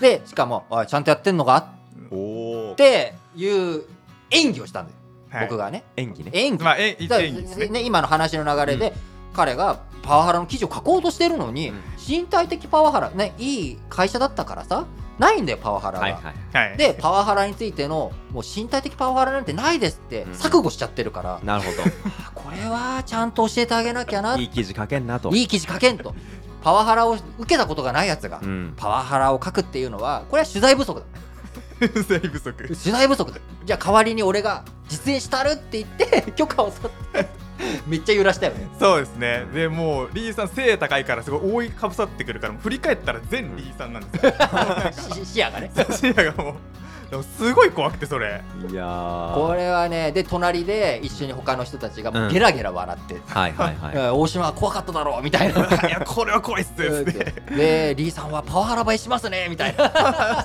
S1: でしかもおいちゃんとやってんのか
S2: おお
S1: っ。ていう演技をしたんだよ、僕
S3: が
S1: がね
S2: 演技ね。
S1: 演技、
S3: まあえ一
S1: だから
S3: 演技ですね
S1: ね今の話の流れで、
S2: う
S1: 彼がパワハラの記事を書こうとしてるのに、
S2: うん
S1: 身体的パワハラ、ね、いい会社だったからさないんだよパワハラが、
S2: はいはい。
S3: はい
S1: でパワハラについてのもう身体的パワハラなんてないですって
S2: うん
S1: 錯誤しちゃってるから、
S2: なるほ
S1: あこれはちゃんと教えてあげなきゃな
S2: ど。
S1: い
S2: いい記事書けんなと。
S1: い記事書けんとパワハラを受けたことがないやつが、
S2: うん。
S1: パワハラを書くっていうのはこれは取材不足だ
S3: 不正不足
S1: 取材不足だじゃあ代わりに俺が実演したるって言って 許可を取ってめっちゃ揺らしたよ ね
S3: そうですねでもうリーさん背高いからすごい覆いかぶさってくるからもう振り返ったら全リーさんなん ですよ
S1: し視野がね
S3: 視野がもうでもすごい怖くてそれ
S2: いや
S1: こ
S2: ー。
S1: れはねで隣で一緒に他の人たちがもうゲラゲラ笑って、
S2: はいはい はい。
S1: うん大島は怖かっただろうみたいな
S3: いやこれは怖いっすよって
S1: でリーさんはパワハラ映えしますねみたいな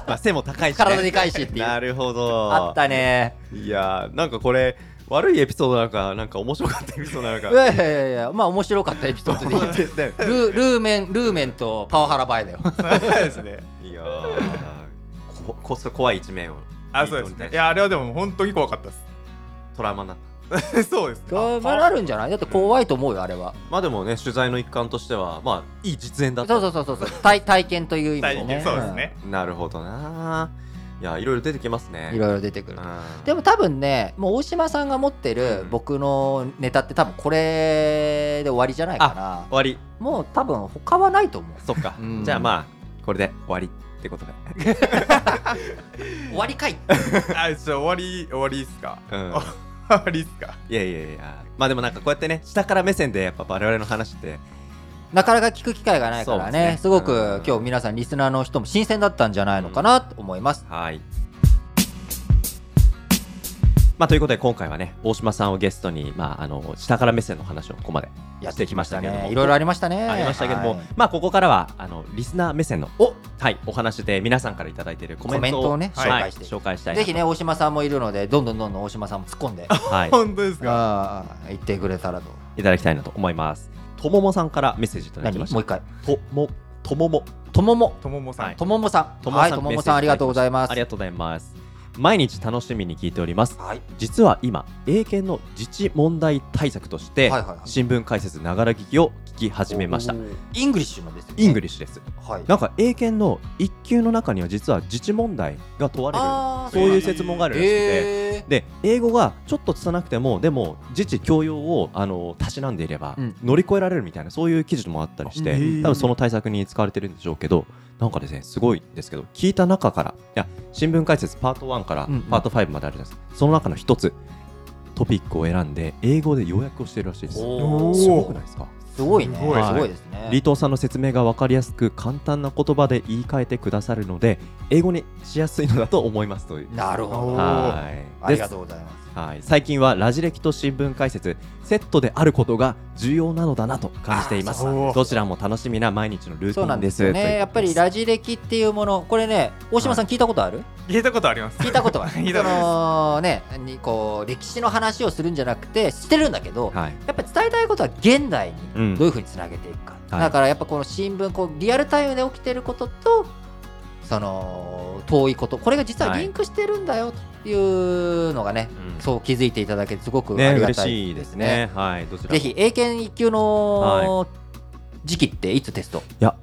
S2: まあ背も高いしね。
S1: 体でかいしっていう
S2: なるほど。
S1: あったね
S2: いやーなんかこれ悪いエピソードなのかなんか面白かったエピソードなの
S1: い
S2: か。
S1: やいやいやいやまあ面白かったエピソードで言 ってルルーメンルーメンとパワハラ映えだよ
S3: そうですね
S2: いやー。ここそ怖い一面を。
S3: あそうですねいやあれはでも本当に怖かったっ
S2: トラウマになった。
S3: す そうですね
S1: こうまああるんじゃないだって怖いと思うよあれは
S2: まあでもね取材の一環としてはまあいい実演だった
S1: そうそうそうそうそう体体験という意味
S3: 体
S1: で
S3: 験
S1: ね
S3: そうですね
S2: なるほどないやいろいろ出てきますね
S1: うんいろいろ出てくる
S2: うん
S1: でも多分ねもう大島さんが持ってる
S2: うん
S1: 僕のネタって多分これで終わりじゃないかな
S2: 終わり
S1: もう多分他はないと思う
S2: そっか、
S1: うん
S2: じゃあまあこれで終わりってことで、
S1: 終わりかい
S3: あじゃあ終わり終わりっすか
S2: うん、
S3: 終わりっすか
S2: いやいやいやまあでもなんかこうやってね下から目線でやっぱ我々の話って
S1: なかなか聞く機会がないから
S2: そうで
S1: ね
S2: すね
S1: すご
S2: う
S1: く
S2: ん
S1: 今日皆さんリスナーの人も新鮮だったんじゃないのかなと思います
S2: はいまあということで今回はね大島さんをゲストにまああの下から目線の話をここまで
S1: やっ
S2: して
S1: て
S2: き
S1: き
S2: ま
S1: ま
S2: し
S1: したた
S2: けれども
S1: ねいろいろありましたね
S2: ありましたけども、
S1: はい
S2: まあここからはあのリスナー目線の
S1: お
S2: はいお話で皆さんからいただいているコメントを
S1: コメントをね
S2: は
S1: 紹
S2: い
S1: 介して
S2: 紹介したいな
S1: ぜひね大島さんもいるのでどんどんどんどん大島さんも突っ込んであ
S2: はい
S3: 本当です
S1: ー
S3: か
S1: あー言ってくれたらと
S2: いただきたいなと思います。とももさんからメッセージいただ
S1: 何
S2: き
S1: も
S2: ま
S1: う
S2: した。
S1: 一回
S2: とも、ともも、
S1: ともも
S3: とももさん
S2: はい
S1: とももさん
S2: ともも
S1: はい
S2: さ
S1: と
S2: ん
S1: も
S2: メッセ
S1: もさ
S2: ージいただきました
S1: んありがとうございます
S2: ありがとうございます。毎日楽しみに聞いております
S1: はい
S2: 実は今英検の自治問題対策として、
S1: はいはいはい
S2: 新聞解説ながら聞きを聞き始めました
S1: イングリッシュのですね
S2: イングリ
S1: ッ
S2: ッシュです
S1: シュはい
S2: なんか英検の1級の中には実は自治問題が問われる
S1: あー
S2: そういう説問があるらしくて、
S1: へー
S2: で英語がちょっと拙くてもでも自治教養をあのたしなんでいれば
S1: うん
S2: 乗り越えられるみたいなそういう記事もあったりして、
S1: うん
S2: 多分その対策に使われてるんでしょうけどなんかですねすごいですけど聞いた中からいや新聞解説パート1から
S1: うんうん
S2: パート5まであるじゃないですか、その中の一つトピックを選んで英語で要約をしてるらしいです。
S1: おー
S2: すごくないですか
S1: すごいね
S3: すごい
S1: すごいですね
S2: リトーさんの説明が分かりやすく簡単な言葉で言い換えてくださるので英語にしやすいのだと思いますという。
S1: なるほ
S3: お
S1: ど
S3: ー
S2: はい
S1: あ
S2: で
S1: り
S2: す
S1: がとうございます
S2: はい、最近はラジ歴と新聞解説セットであることが重要なのだなと感じています
S3: あーそう
S2: どちらも楽しみな毎日のルーテ
S1: そう
S2: ィ
S1: なん
S2: ンで
S1: ですすよねやっぱりラ
S2: ジ
S1: ジ歴っていうものこれね大島さん聞いたことある、
S3: 聞いたことあります
S1: 聞いたことは
S3: 聞いた
S1: そ
S3: ことあ
S1: のねにこう歴史の話をするんじゃなくてしてるんだけど、
S2: はい
S1: やっぱり伝えたいことは現代
S2: う
S1: に
S2: ん
S1: どういうふうにつなげていくか、
S2: はい
S1: だからやっぱこの新聞こうリアルタイムで起きてることとその遠いことこれが実は
S2: はい
S1: リンクしてるんだよというのがね、
S2: うん
S1: そう気づいていただけてすごくあ
S2: ね
S1: りが
S2: 嬉
S1: たい
S2: しいですねはいどちらも
S1: ぜひ英検一級の時期っていつテスト、
S2: いや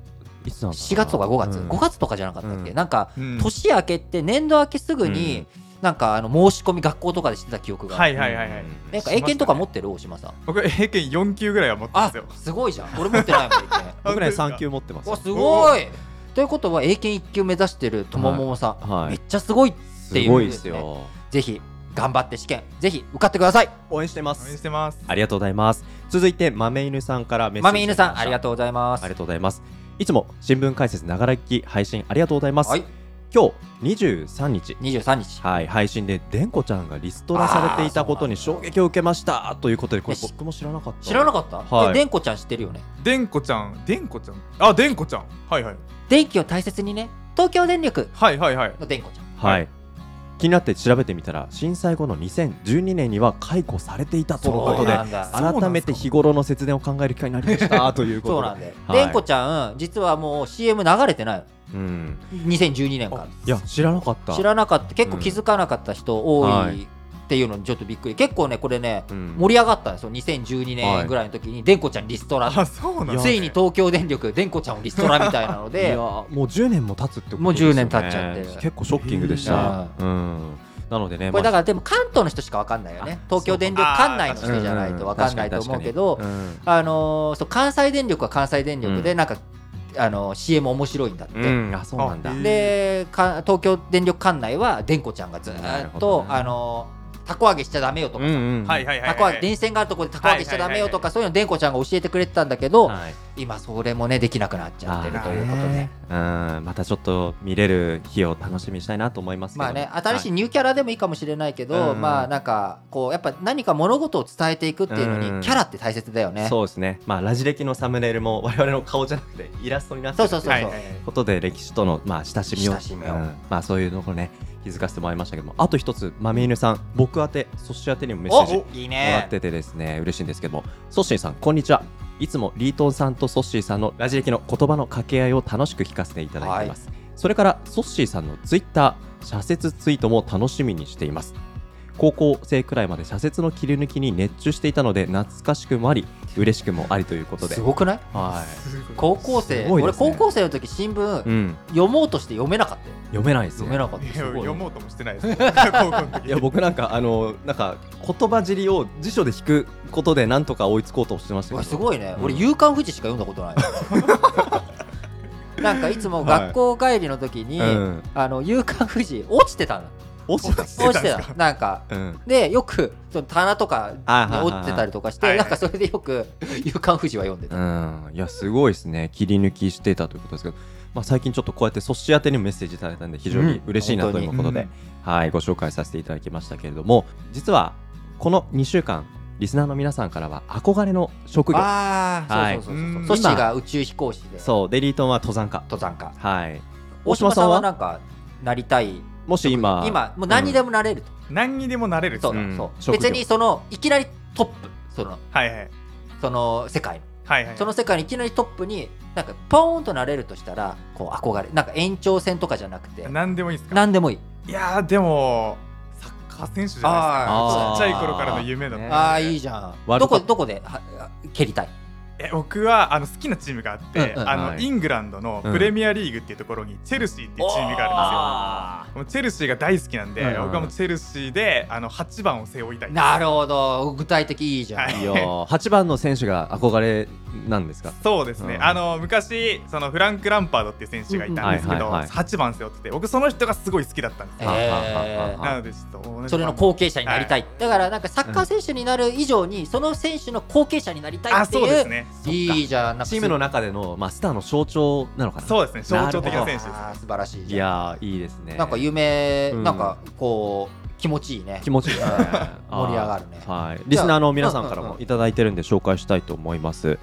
S2: いつなんだろうな
S1: 4月とか5月、
S2: うん
S1: 5月とかじゃなかったっけ、
S2: うん
S1: なんか
S3: ります
S1: 年明けって年度明けすぐに、なんかあの申し込み学校とかでしてた記憶
S3: うん
S1: が、
S3: はいはいはいはい
S1: なんか英検とか持ってる大島さん
S3: 僕英検4級ぐらいは持ってま
S1: あ
S3: すよ
S1: すごいじゃん俺持ってないもん英 検
S2: 僕ね三級持ってます
S1: わすごいということは英検一級目指してるともももさん、
S2: はい
S1: めっちゃすごいって
S2: す
S1: いう
S2: ごいですよ
S1: ぜひ頑張って試験ぜひ受かってください
S2: 応援してま
S3: 応援し
S2: す
S3: てます
S2: ありがとうございます続いて豆犬さんからメッセージ
S1: 豆犬さんありが
S2: う
S1: とうございます
S2: ありがとうございますいつも新聞解説ながら聞き配信ありがとうございます
S1: はい
S2: 今日23日
S1: 23日
S2: はい、配信ででんこちゃんがリストラされていたことに衝撃を受けましたということでこれ
S1: いや
S2: 僕も知らなかった
S1: 知らな
S2: っ
S1: かった、
S2: はい
S1: えでんこちゃん知ってるよね
S3: でんこちゃんでんこちゃんあでんこちゃんはいはい
S1: 電気を大切にね東京電力
S3: はいはいはい
S1: のでんこちゃん
S2: たはい気になって調べてみたら震災後の2012年には解雇されていたということ
S1: そう
S2: で
S1: なんだ
S3: そうなんだ
S2: 改めて日頃の節電を考える機会になりましたというこ
S1: そう
S2: とで
S1: なんで、
S2: はい
S1: でんこちゃん実はもう CM 流れてないの
S2: うん
S1: 2012年か
S2: いや知らなかった
S1: ら知らなかった結構気づかなかった人多いっていうのにちょっとびっくり結構ねこれね
S2: うん
S1: 盛り上がったんですよ2012年ぐらいの時にでんこちゃんリストラ
S3: あそうなんだ
S1: ついに東京電力でんこちゃんをリストラみたいなの
S2: いや
S1: で
S2: もう10年も経つってことですよね
S1: もう10年経っちゃって
S2: 結構ショッキングでしたうんなのでね
S1: これだか
S2: まあ
S1: らでも関東の人しかわかんないよね
S2: あ
S1: 東京電力
S3: そう
S1: 管内の人じゃないとわかんないと思うけど
S2: 確かに確か
S1: あのーそう関西電力は関西電力でなんかあのー CM 面白いんだって
S2: にうんうんあそうなんだ
S3: あ
S1: でか東京電力管内はでんこちゃんがず
S2: な
S1: ー
S2: る
S1: っ
S2: ほ
S1: と、
S2: どね
S1: あのたこ揚げしちゃダメよとか、
S2: ん
S3: はいはいは
S1: た
S3: いはい
S1: こ揚
S3: は
S1: げ
S3: い
S1: 電線があるところでたこ揚げしちゃダメよとか、そういうのでんこちゃんが教えてくれてたんだけど、
S2: はい
S1: 今それもねできなくなっちゃってる
S2: あー
S1: ということで。
S2: うん、またちょっと見れる日を楽しみにしたいなと思いますけど
S1: まあね、新しいニューキャラでもいいかもしれないけど、
S2: はいうん
S1: まあなんかこうやっぱ何か物事を伝えていくっていうの
S2: う
S1: に
S2: ん
S1: キャラって大切だよ
S2: はい
S1: ね。
S2: そうですね、まあ、ラジ歴のサムネイルも我 々の顔じゃなくてイラストになってる
S1: そうそうそう
S3: はいはいはい
S2: ことで歴史との、まあ、親しみを
S1: 親しみを
S2: うんまあ、そういうのをね気づかせてもらいましたけどもあと一つ豆犬さん僕宛てソシ宛てにもメッセージも
S1: おいい
S2: らっ
S1: ね。
S2: ててですね嬉しいんですけどもソッシーさんこんにちはいつもリートンさんとソッシーさんのラジ歴の言葉の掛け合いを楽しく聞かせていただいています、それからソッシーさんのツイッター社説ツイートも楽しみにしています高校生くらいまで社説の切り抜きに熱中していたので懐かしくもあり嬉しくもありということです
S1: ごくない
S2: は
S1: 高校生、
S2: すごいで
S1: 俺
S2: すね
S1: 高校生の時新
S2: い、う
S1: 聞
S2: ん、
S1: 読もうとして読めなかったよ。
S2: 読めないですね
S1: 読めなかった
S3: いや
S1: すごい
S3: 読もうともしてないです高校の時
S2: いや僕なんかあのなんか言葉尻を辞書で引くことでなんとか追いつこうとしてました
S1: う
S2: け
S1: わ
S2: ど
S1: すごいね、
S2: うん
S1: 俺「夕刊富士」しか読んだことないなんかいつも学校帰りの時に「
S2: うん、
S1: あの夕刊富士」落ちてたの
S2: 落ちてた
S3: 落
S1: 落
S3: ち
S1: ち
S3: て
S1: て
S3: たんです
S1: たなんか
S2: うん
S1: でよくその棚とかに
S2: あはいはいはい
S1: 落ちてたりとかして
S3: はい
S1: な
S3: は
S1: ん
S3: い
S1: かそれでよく「夕刊富士」は読んでた、
S2: うん、いやすごいですね切り抜きしてたということですけど、まあ、最近ちょっとこうやって組織宛てにもメッセージいただいたんで非常に嬉しいな
S1: うん
S2: ということで、はい、ご紹介させていただきましたけれども実はこの2週間リスナーの皆さんからは憧れの職業
S1: ああ、
S2: はい
S1: そうそうそう
S3: うん
S1: そうソシが宇宙飛行士で
S2: そうデリートンは登山家
S1: 登山家
S2: はい
S1: 大
S2: 大
S1: 島さ
S2: 島さ
S1: ん
S2: ん
S1: は
S2: は
S1: なんかなりたい
S2: もし今
S1: 今もう何にでもなれると、
S3: 何にでもなれる
S1: そう
S2: う
S1: だ
S2: ん
S1: そう
S2: 職業
S1: 別にそのいきなりトップその
S3: はいはい
S1: その世界の
S3: はいはい
S1: その世界にいきなりトップになんかポーンとなれるとしたらこう憧れなんか延長戦とかじゃなくて
S3: 何でもいいですか
S1: 何でもいい
S3: いやーでもサッカー選手じゃないです
S1: あ
S3: かちっちゃい頃からの夢だったので
S1: ああいいじゃん。
S2: ワー
S1: ど
S2: ルドカ
S1: こ
S2: ップ
S1: どこでは蹴りたい。
S3: え僕はあの好きなチームがあって、
S1: うんうん
S3: あの
S2: はい
S3: イングランドのプレミアリーグっていうところにチェルシーっていうチームが
S1: あ
S3: あるんですよ。もうチェルシーが大好きなんで、
S2: うんうん
S3: 僕はもうチェルシーであの8番を背負いたいです
S1: なるほど具体的いいじゃん。
S3: はい
S2: いやー8番の選手が憧れなんですか
S3: そうですね、
S2: うん
S3: あの昔そのフランク・ランパードっていう選手がいたんですけど、
S2: うんはいはいはい
S3: 8番背負ってて僕その人がすごい好きだったんです
S1: え
S3: よ、
S1: ー
S2: はい
S3: なのでちょっと同じ
S1: それの後継者になりたい、だからなんかサッカー選手になる以上に、その選手の後継者になりたい
S3: あ
S1: って
S3: そう
S1: い
S3: で
S1: う
S3: すね
S1: いいじゃんなんかす
S2: チームの中での、まあ、スターの象徴なのかな
S3: そうですね象徴的な
S1: あ
S3: 選手です
S1: ー素晴らしい
S2: い
S1: じゃん
S2: やーいいですね
S1: なんか夢、
S2: うん
S1: なんかこう気持ちいいね
S2: 気持ちいいですね
S1: 盛り上がるね
S2: あーはいリスナーの皆さんからもいただいてるんで紹介したいと思います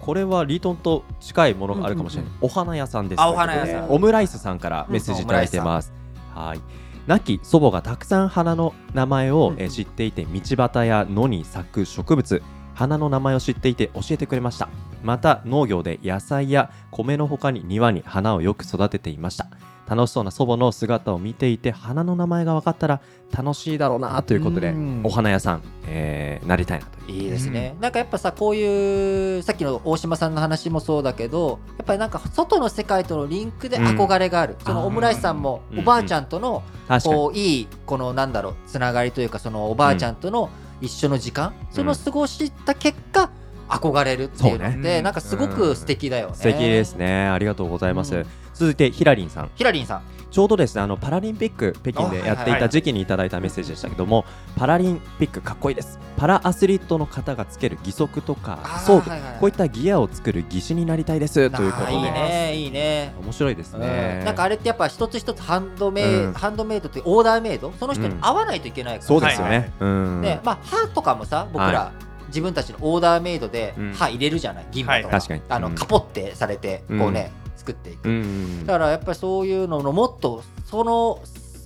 S2: これはリートンと近いものがあるかもしれない、
S1: うん
S2: お花屋さんです
S1: あお花屋さん
S2: ということでオムライスさんからメッセージいただいてます、はい亡き祖母がたくさん花の名前
S1: う
S2: を
S1: ん
S2: えー知っていて道端や野に咲く植物花の名前を知っていて教えてくれましたまた農業で野菜や米の他に庭に花をよく育てていました楽しそうな祖母の姿を見ていて花の名前が分かったら楽しいだろうなということで
S1: うん
S2: お花屋さん、えーなりたいなという
S1: いいですね、なんかやっぱさこういうさっきの大島さんの話もそうだけどやっぱりなんか外の世界とのリンクで憧れがある、そ
S2: あ
S1: の
S2: ー
S1: オムライスさんも
S2: うん
S1: おばあちゃんとの
S2: 確かに
S1: こういいこのなんだろうつながりというかそのおばあちゃんとの一緒の時間、その過ごした結果憧れるっていう
S2: そ
S1: の
S3: う
S1: で
S3: ね
S1: なんかすごく素敵だよね、
S2: 素敵ですねありがとうございます、
S1: うん
S2: 続いてヒラリンさん
S1: ヒラリンさん
S2: ちょうどですねあのパラリンピック北京でやっていた時期にいただいたメッセージでしたけども、パラリンピックかっこいいですパラアスリートの方がつける義足とか装具、
S1: いはい
S2: こういったギアを作る義手になりたいですということ
S1: あー
S2: で
S1: いいねいいね
S2: 面白いですね、
S1: うんなんかあれってやっぱ一つ一つハンドメイ、
S2: うん
S1: ハンドメイドってオーダーメイドその人に合わないといけないから、
S2: そうですよ
S3: はい
S2: ね、うん
S1: ねまあ、歯とかもさ僕ら、自分たちのオーダーメイドで
S2: うん
S1: 歯入れるじゃない、銀歯とか,、
S2: はい確かに
S1: あの
S2: うん
S1: カポってされてこうね、作っていく、
S2: うん
S1: だからやっぱりそういうののもっとその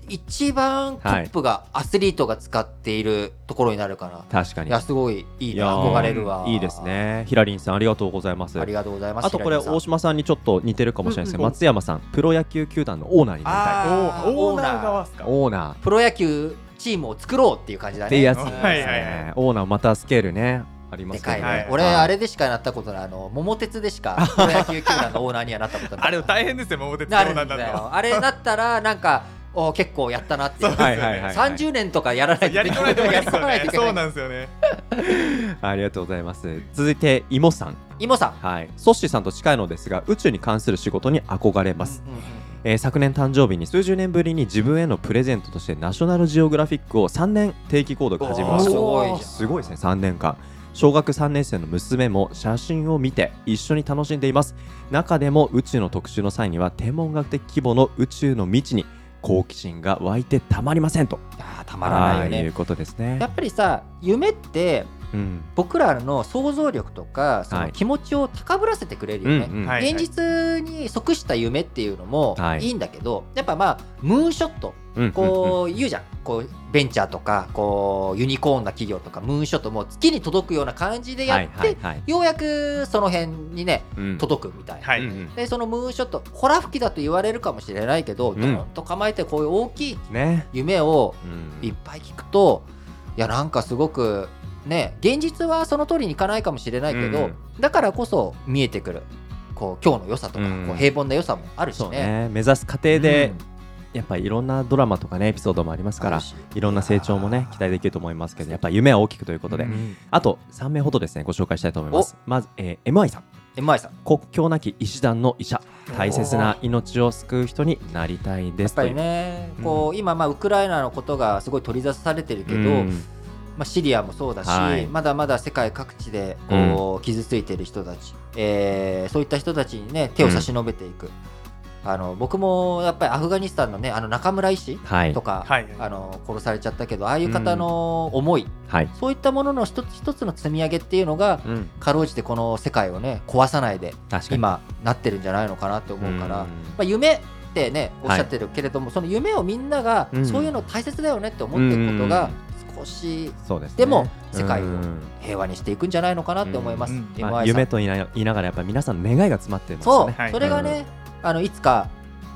S1: 一番トップがアスリートが使っているところになるから、
S2: 確か
S1: い、
S2: に
S1: やすごいいい
S2: い
S1: な
S2: やー
S1: 憧れるわ
S2: いいですねヒラリンさんありがとうございます
S1: ありがとうございます
S2: あとこ
S1: 平
S2: れ
S1: 井さん
S2: 大島さんにちょっと似てるかもしれないですけど、
S3: うんうん
S2: 松山さんプロ野球球団のオーナーになりたい
S1: あー
S3: お
S1: オ
S3: オ
S1: ーナ
S3: ーナ
S1: ー
S3: ー側ですか
S2: オーナーっ
S1: プロ野球チームを作ろうっていう感じだね
S2: ていうやつですね、
S3: はいはいはい
S2: オーナーまたスケールねありま
S1: です
S2: よ
S1: かい
S2: ね、
S1: ね、
S3: はい
S1: 俺、
S2: はい
S1: あれでしかなったことないあの桃鉄でしかプロ野球球団のオーナーにはなったことない
S3: あれ大変ですよ桃鉄
S1: なる
S3: オー
S1: ん
S3: ナーに
S1: だ
S3: なるの
S1: よあれなったらなんかお結構やったなっていう
S2: はいは いはい
S1: 30年とかやらないと
S3: やりこないと思いますよ
S1: や
S3: ね
S1: りこないといけない
S3: そうなんですよね
S2: ありがとうございます続いてイモさん
S1: イモさん
S2: はいソッシーさんと近いのですが宇宙に関する仕事に憧れます、
S1: うんうんうん
S2: えー昨年誕生日に数十年ぶりに自分へのプレゼントとしてナショナルジオグラフィックを3年定期購読始めました
S1: おーすごいじゃん
S2: すごいですね3年間小学3年生の娘も写真を見て一緒に楽しんでいます中でも宇宙の特集の際には天文学的規模の宇宙の未知に好奇心が湧いてたまりませんと
S1: いやーたまらないよ
S2: あーい
S1: ね
S2: うことですね
S1: やっぱりさ夢って
S2: うん
S1: 僕らの想像力とかそ
S2: は
S1: の
S2: い
S1: 気持ちを高ぶらせてくれるよ
S2: う
S1: ね、
S2: んうん
S3: はい
S1: 現実に即した夢っていうのも
S2: はい
S1: いいんだけど、やっぱまあムーンショット
S2: うん
S1: こう言うじゃんこうベンチャーとかこうユニコーンな企業とかムーンショットもう月に届くような感じでやって、
S2: はいはいはい
S1: ようやくその辺にね
S2: うん
S1: 届くみたいな。
S3: はい、
S2: うんうん
S1: でそのムーンショットほら吹きだと言われるかもしれないけど、
S2: うん
S1: どんと構えてこういう大きい
S2: ね
S1: 夢を
S2: うん
S1: いっぱい聞くといやなんかすごくね現実はその通りにいかないかもしれないけど、
S2: うん
S1: だからこそ見えてくるこう今日の良さとか、
S2: うん
S1: こう平凡な良さもあるし
S2: そう
S1: ね。
S2: ね目指す過程で
S1: うん
S2: やっぱりいろんなドラマとかねエピソードもありますからいろんな成長もね期待できると思いますけどやっぱり夢は大きくということで、
S3: うん
S2: あと3名ほどですねご紹介したいと思いますまず、えー、MI さん
S1: MI さん
S2: 国境なき医師団の医者大切な命を救う人になりたいで
S1: やっ
S2: す
S1: ぱりね、こう今まあウクライナのことがすごい取り沙汰されてるけ
S2: とい
S1: ど、
S2: ううん
S1: まあ、シリアもそうだし、
S2: はい
S1: まだまだ世界各地でこう、傷ついている人たち、えーそういった人たちにね手を差し伸べていく、あの僕もやっぱりアフガニスタンのねあの中村医師
S2: はい
S1: とか、
S3: はい
S1: あの殺されちゃったけどああいう方の思い、
S2: はい、
S1: そういったものの一つ一つの積み上げっていうのが
S2: うん、
S1: かろうじてこの世界をね壊さないで
S2: 確かに
S1: 今なってるんじゃないのかなって思うから。
S2: ん
S1: まあ、夢ってねおっしゃってるけれども、その夢をみんなが、
S2: うん
S1: そういうの大切だよねって思ってることが
S2: うん
S1: 少し
S2: そうですね
S1: でも世界を
S2: うん
S1: 平和にしていくんじゃないのかなって思います、
S3: うんうん
S1: MI
S2: ま
S1: さ
S2: あ、
S1: ん
S2: 夢と言いな言いながらやっぱり皆さんの願いが詰まってます
S1: そう、
S2: ね
S3: はい
S1: それがねあのいつか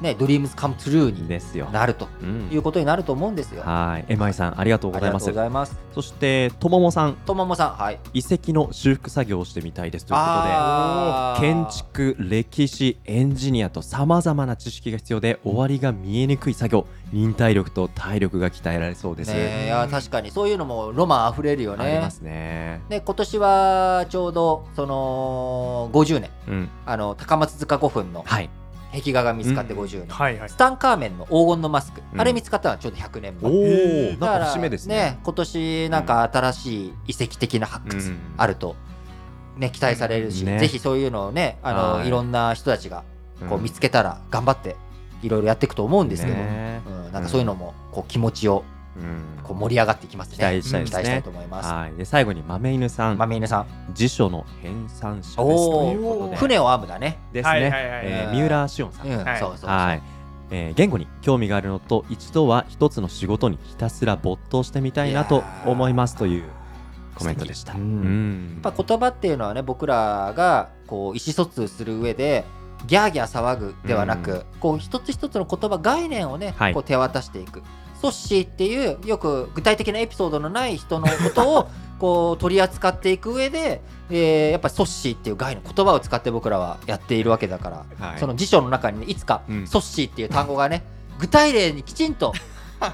S1: ね、ドリームズカムトゥルーに
S2: ですよ。
S1: なると
S2: うん
S1: いうことになると思うんですよ。あ
S2: はい。えまいさん、ありがとうご
S1: り
S2: ざ
S1: がとう
S2: います
S1: ご。ざいます。
S2: そして、とももさん、
S1: とももさん、はい。
S2: 遺跡の修復作業をしてみたいですということ
S1: あー
S2: で、建築、歴史、エンジニアとさまざまな知識が必要で、終わりが見えにくい作業、忍耐力と体力が鍛えられそうです。
S1: ねえいや確かにそういうのもロマンあふれるよ
S2: あり
S1: ね
S2: ま。すね。
S1: で今年はちょうどその50年
S2: うん。
S1: あの高松塚古墳の
S2: はい。
S1: 壁画が見つかって
S2: うん
S1: 50年、
S3: はいはい
S1: スタンカーメンの黄金のマスク、
S2: うん
S1: あれ見つかったのはちょうど100年
S2: お
S1: 前
S2: お、
S3: ー
S2: なん
S1: だ
S2: から節目ですね。
S1: 今年なんか新しい遺跡的な発
S2: う
S1: 掘
S2: ん
S1: あると、ね、期待されるし、
S2: ね
S1: ぜひそういうのをねあの、
S2: はい
S1: い、ろんな人たちがこう見
S2: け
S1: つけたら頑張っていろいろやっていくと思うんですけど、
S2: ね
S1: うん、なんかそういうのもこう気持ちをこう盛り上がっていきますね
S2: 期待したいで
S1: 期
S2: すね
S1: 待したいと思います。
S2: はい。で最後に豆犬さん、
S1: まみ犬さん
S2: 辞書の編纂者ですと
S1: お
S2: いうこ
S1: お
S2: とで、
S1: 船を編むだね。
S2: です
S3: は
S2: ね
S3: いはいはい。
S2: えー三浦紫音さん
S1: う。ん、
S3: はい
S1: そうそうそう。
S2: はい。えー言語に興味があるのと一度は一つの仕事にひたすら没頭してみたいなと思いますというコメントでした。
S1: 素敵
S2: うん
S1: やっぱ言葉っていうのはね僕らがこう意思疎通する上でギャーギャー騒ぐではなく、
S2: う
S1: こう一つ一つの言葉概念をね、
S2: はい
S1: こう手渡していくソッシーっていうよく具体的なエピソードのない人のこと をこう取り扱っていく上で、えーやっぱソッシーっていう概念言葉を使って僕らはやっているわけだから、
S2: はい
S1: その辞書の中にねいつか
S2: うん
S1: ソッシーっていう単語がね具体例にきちんと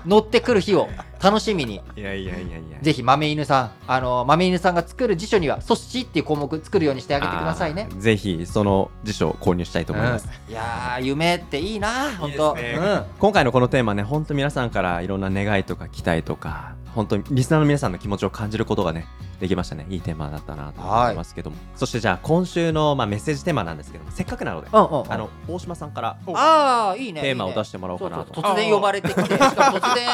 S1: 載ってくる日を楽しみに
S2: いやいやいやいや。
S1: ぜひ豆犬さん、あの豆犬さんが作る辞書にはソッシーっていう項目作るようにしてあげてくださいね
S2: あ。ー。ぜひその辞書を購入したいと思います。
S1: いやー夢っていいな、本当。
S3: いいです
S1: う
S3: ね
S1: ん。
S2: 今回のこのテーマね、本当皆さんからいろんな願いとか期待とか、本当にリスナーの皆さんの気持ちを感じることがね、できましたね。いいテーマだったなと思いますけども。そしてじゃあ今週の、まあ、メッセージテーマなんですけども、せっかくなので、
S1: うんうんうん。
S2: あの、大島さんから
S1: あーいいね。。
S2: テーマを出しててもらおう
S1: そ
S2: か
S1: うそう
S2: なと。
S1: 突然呼ばれてきて、しかも突然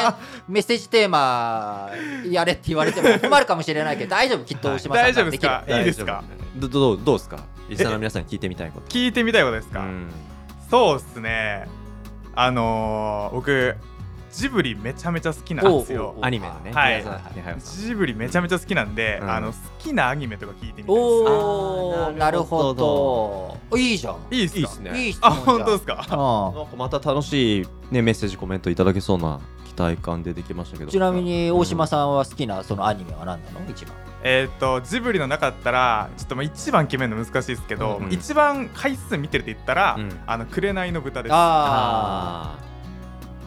S1: メッセージテーマやれって言われても困るかもしれないけど、大丈夫、きっと大島さん
S3: 大丈
S1: な
S3: 夫
S1: ら
S3: です
S1: きる
S3: かいいですか
S2: どどうどうですかリスナーの皆さんに聞いてみたいこと
S3: 聞いてみたいことです
S2: う
S3: か、
S2: ん
S3: そうっすねあのー、僕ジブリめちゃめちゃ好きなんです
S1: おうおう
S3: よ
S1: おう
S2: アニメのね
S3: はい
S2: 宮崎駿さん
S3: ジブリめちゃめちゃ好きなんで、
S2: うん
S3: あの好きなアニメとか聞いてみたいです
S1: お
S2: あ
S1: お、
S2: ー
S1: な
S2: なる
S1: るほ
S2: ほど
S1: ど。いいじゃん。
S3: いいっすか
S2: いいっすね
S1: いい質問じゃ
S3: あ
S1: ん。
S3: 本当ですか
S1: うん。
S2: なんかまた楽しいねメッセージコメントいただけそうな期待感でできましたけど
S1: ちなみに大島さんは好きなそのアニメは何なの？一番。
S3: えっ、とジブリの中だったらちょっとまあ一番決めるの難しいですけど、
S2: うん
S3: 一番回数見てるって言ったら「
S2: うん
S3: あの紅の豚」です
S1: あ
S2: あ
S1: あ、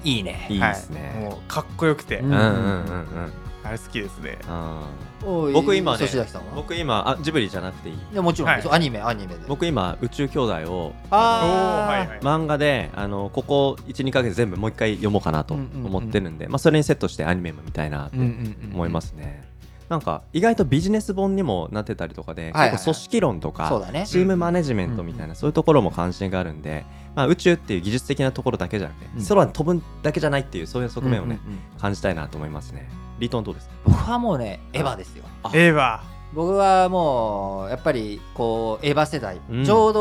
S1: いいね
S2: ー。いいですね
S3: もうかっこよくて、
S1: う
S2: うんんうんうんうん
S3: あれ好きですね
S2: あ
S1: おい
S2: 僕今ね
S1: 吉崎さんは
S2: 僕今あジブリじゃなくていい
S1: いやもちろんです、
S3: は
S1: アニメアニメで
S2: 僕今宇宙兄弟を
S3: おー
S1: あー
S3: はいはい
S2: 漫画であのここ12か月全部もう一回読もうかなと思ってるんでまあそれにセットしてアニメも見たいなって
S1: うんうんうん
S2: 思いますすね。なんか意外とビジネス本にもなってたりとか
S1: はい
S2: で、
S1: はい
S2: 結構組織論と
S1: そう
S2: か、
S1: だね
S2: チームマネジメントみたいな、そういうところも関心があるんで、まあ、宇宙っていう技術的なところだけじゃなくて、
S1: うん
S2: 空に飛ぶだけじゃないっていうそういう側面をね、
S1: うんうんうん
S2: 感じたいなと思いますね。リトンどうですか？
S1: 僕はもうねエヴァですよ
S2: あ
S3: エヴァ
S1: 僕はもうやっぱりこうエヴァ世代、
S2: うん
S1: ちょう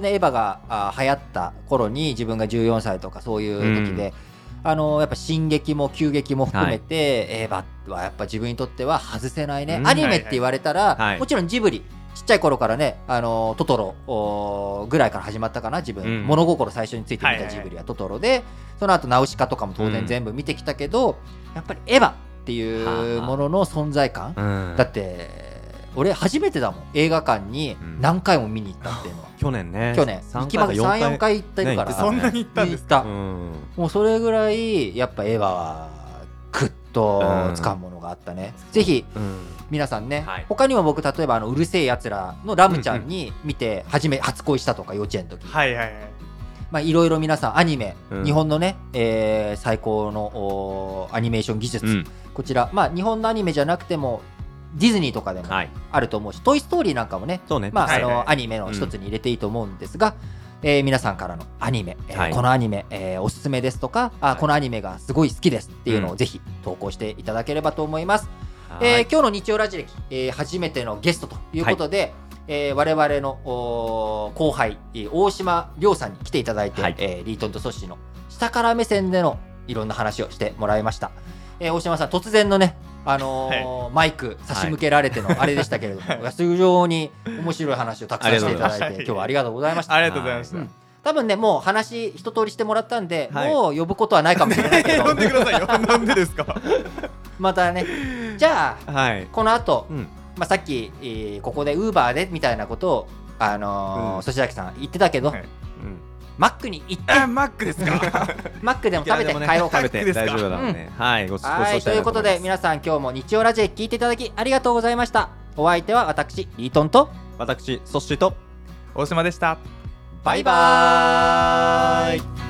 S1: どねエヴァがあ流行った頃に自分が14歳とかそういう時で、あのやっぱ進撃も急激も含めて、エヴァはやっぱ自分にとっては外せないね、
S2: うん
S1: アニメって言われたら、
S2: いはい
S1: もちろんジブリちっちゃい頃からね、あのトトロおーぐらいから始まったかな自分、
S2: うん
S1: 物心最初について見
S3: はい
S1: た
S3: はい
S1: ジブリはトトロで、その後ナウシカとかも当
S2: うん
S1: 然全部見てきたけど、やっぱりエヴァっていうものの存在感、
S2: うん
S1: だって俺初めてだもん映画館に何回も見に行ったって いうのは、
S2: 去年ね、
S1: 去年
S2: 3
S1: 行きまく
S2: 4
S1: 34回行ってるから、
S2: ね
S3: そんなに行ったん
S1: 行
S3: で
S1: っ
S3: すか
S1: た、
S2: うん、
S1: もうそれぐらいやっぱエヴァはグッと掴むものがあったね、ぜひ
S2: うん
S1: 皆さんね、
S2: はい
S1: 他にも僕例えばあの「うるせえやつら」のラムちゃんに見て初め初恋したとか幼稚園の時
S3: はいはいはい
S1: まあいろいろ皆さんアニメ、
S2: うん
S1: 日本のね、えー最高のおーアニメーション技術、
S2: うん
S1: こちらまあ日本のアニメじゃなくてもディズニーとかでも
S2: はい、
S1: あると思うし「トイ・ストーリー」なんかもね
S2: そうね、
S1: まあ、
S3: はいはい
S1: あのアニメの一つに入れていいと思うんですが、えー皆さんからのアニメ、えー
S2: はい
S1: このアニメ、えーおすすめですとかあ、
S2: はい
S1: このアニメがすごい好きですっていうの
S2: う
S1: を
S2: ん
S1: ぜひ投稿していただければと思います、
S2: はい
S1: えー今日の日曜ラジ歴、えー初めてのゲストということで、えー我々のおー後輩えー大島亮さんに来ていただいて、
S2: はい
S1: えーリートンとソッシーの下から目線でのいろんな話をしてもらいました、えー大島さん突然のねあのーマイク差し向けられてのあれでしたけれども、
S3: はい
S1: 非常に面白い話をたくさんしていただい
S3: ありがとうございま
S1: て
S3: した
S1: 今日はありがとうございました
S3: ありがとうございました、
S1: うん多分ねもう話一通りしてもらったんで、
S2: はい
S1: もう呼ぶことはないかもしれないけ ど
S3: 呼んでくださいよ。なんでですか。
S1: またねじゃあ
S2: はい。
S1: この後、
S2: うん。
S1: まあさっき、えーここでウーバーでみたいなことをあのー
S2: うん
S1: そしらきさん言ってたけど、
S3: はい
S2: うん。
S1: マックに行って
S3: あマックです か。
S1: マックでも食べて帰ろうか
S2: 食べて大丈夫だもんね。はい。ごちそう
S1: はい、ということで
S2: さ
S1: 皆さん今日も日曜ラジエ聞いていただきありがとうございましたお相手は私リートンと
S2: ん。私、そっしーと。
S3: 大島でした。
S1: バイバーイ
S2: イ。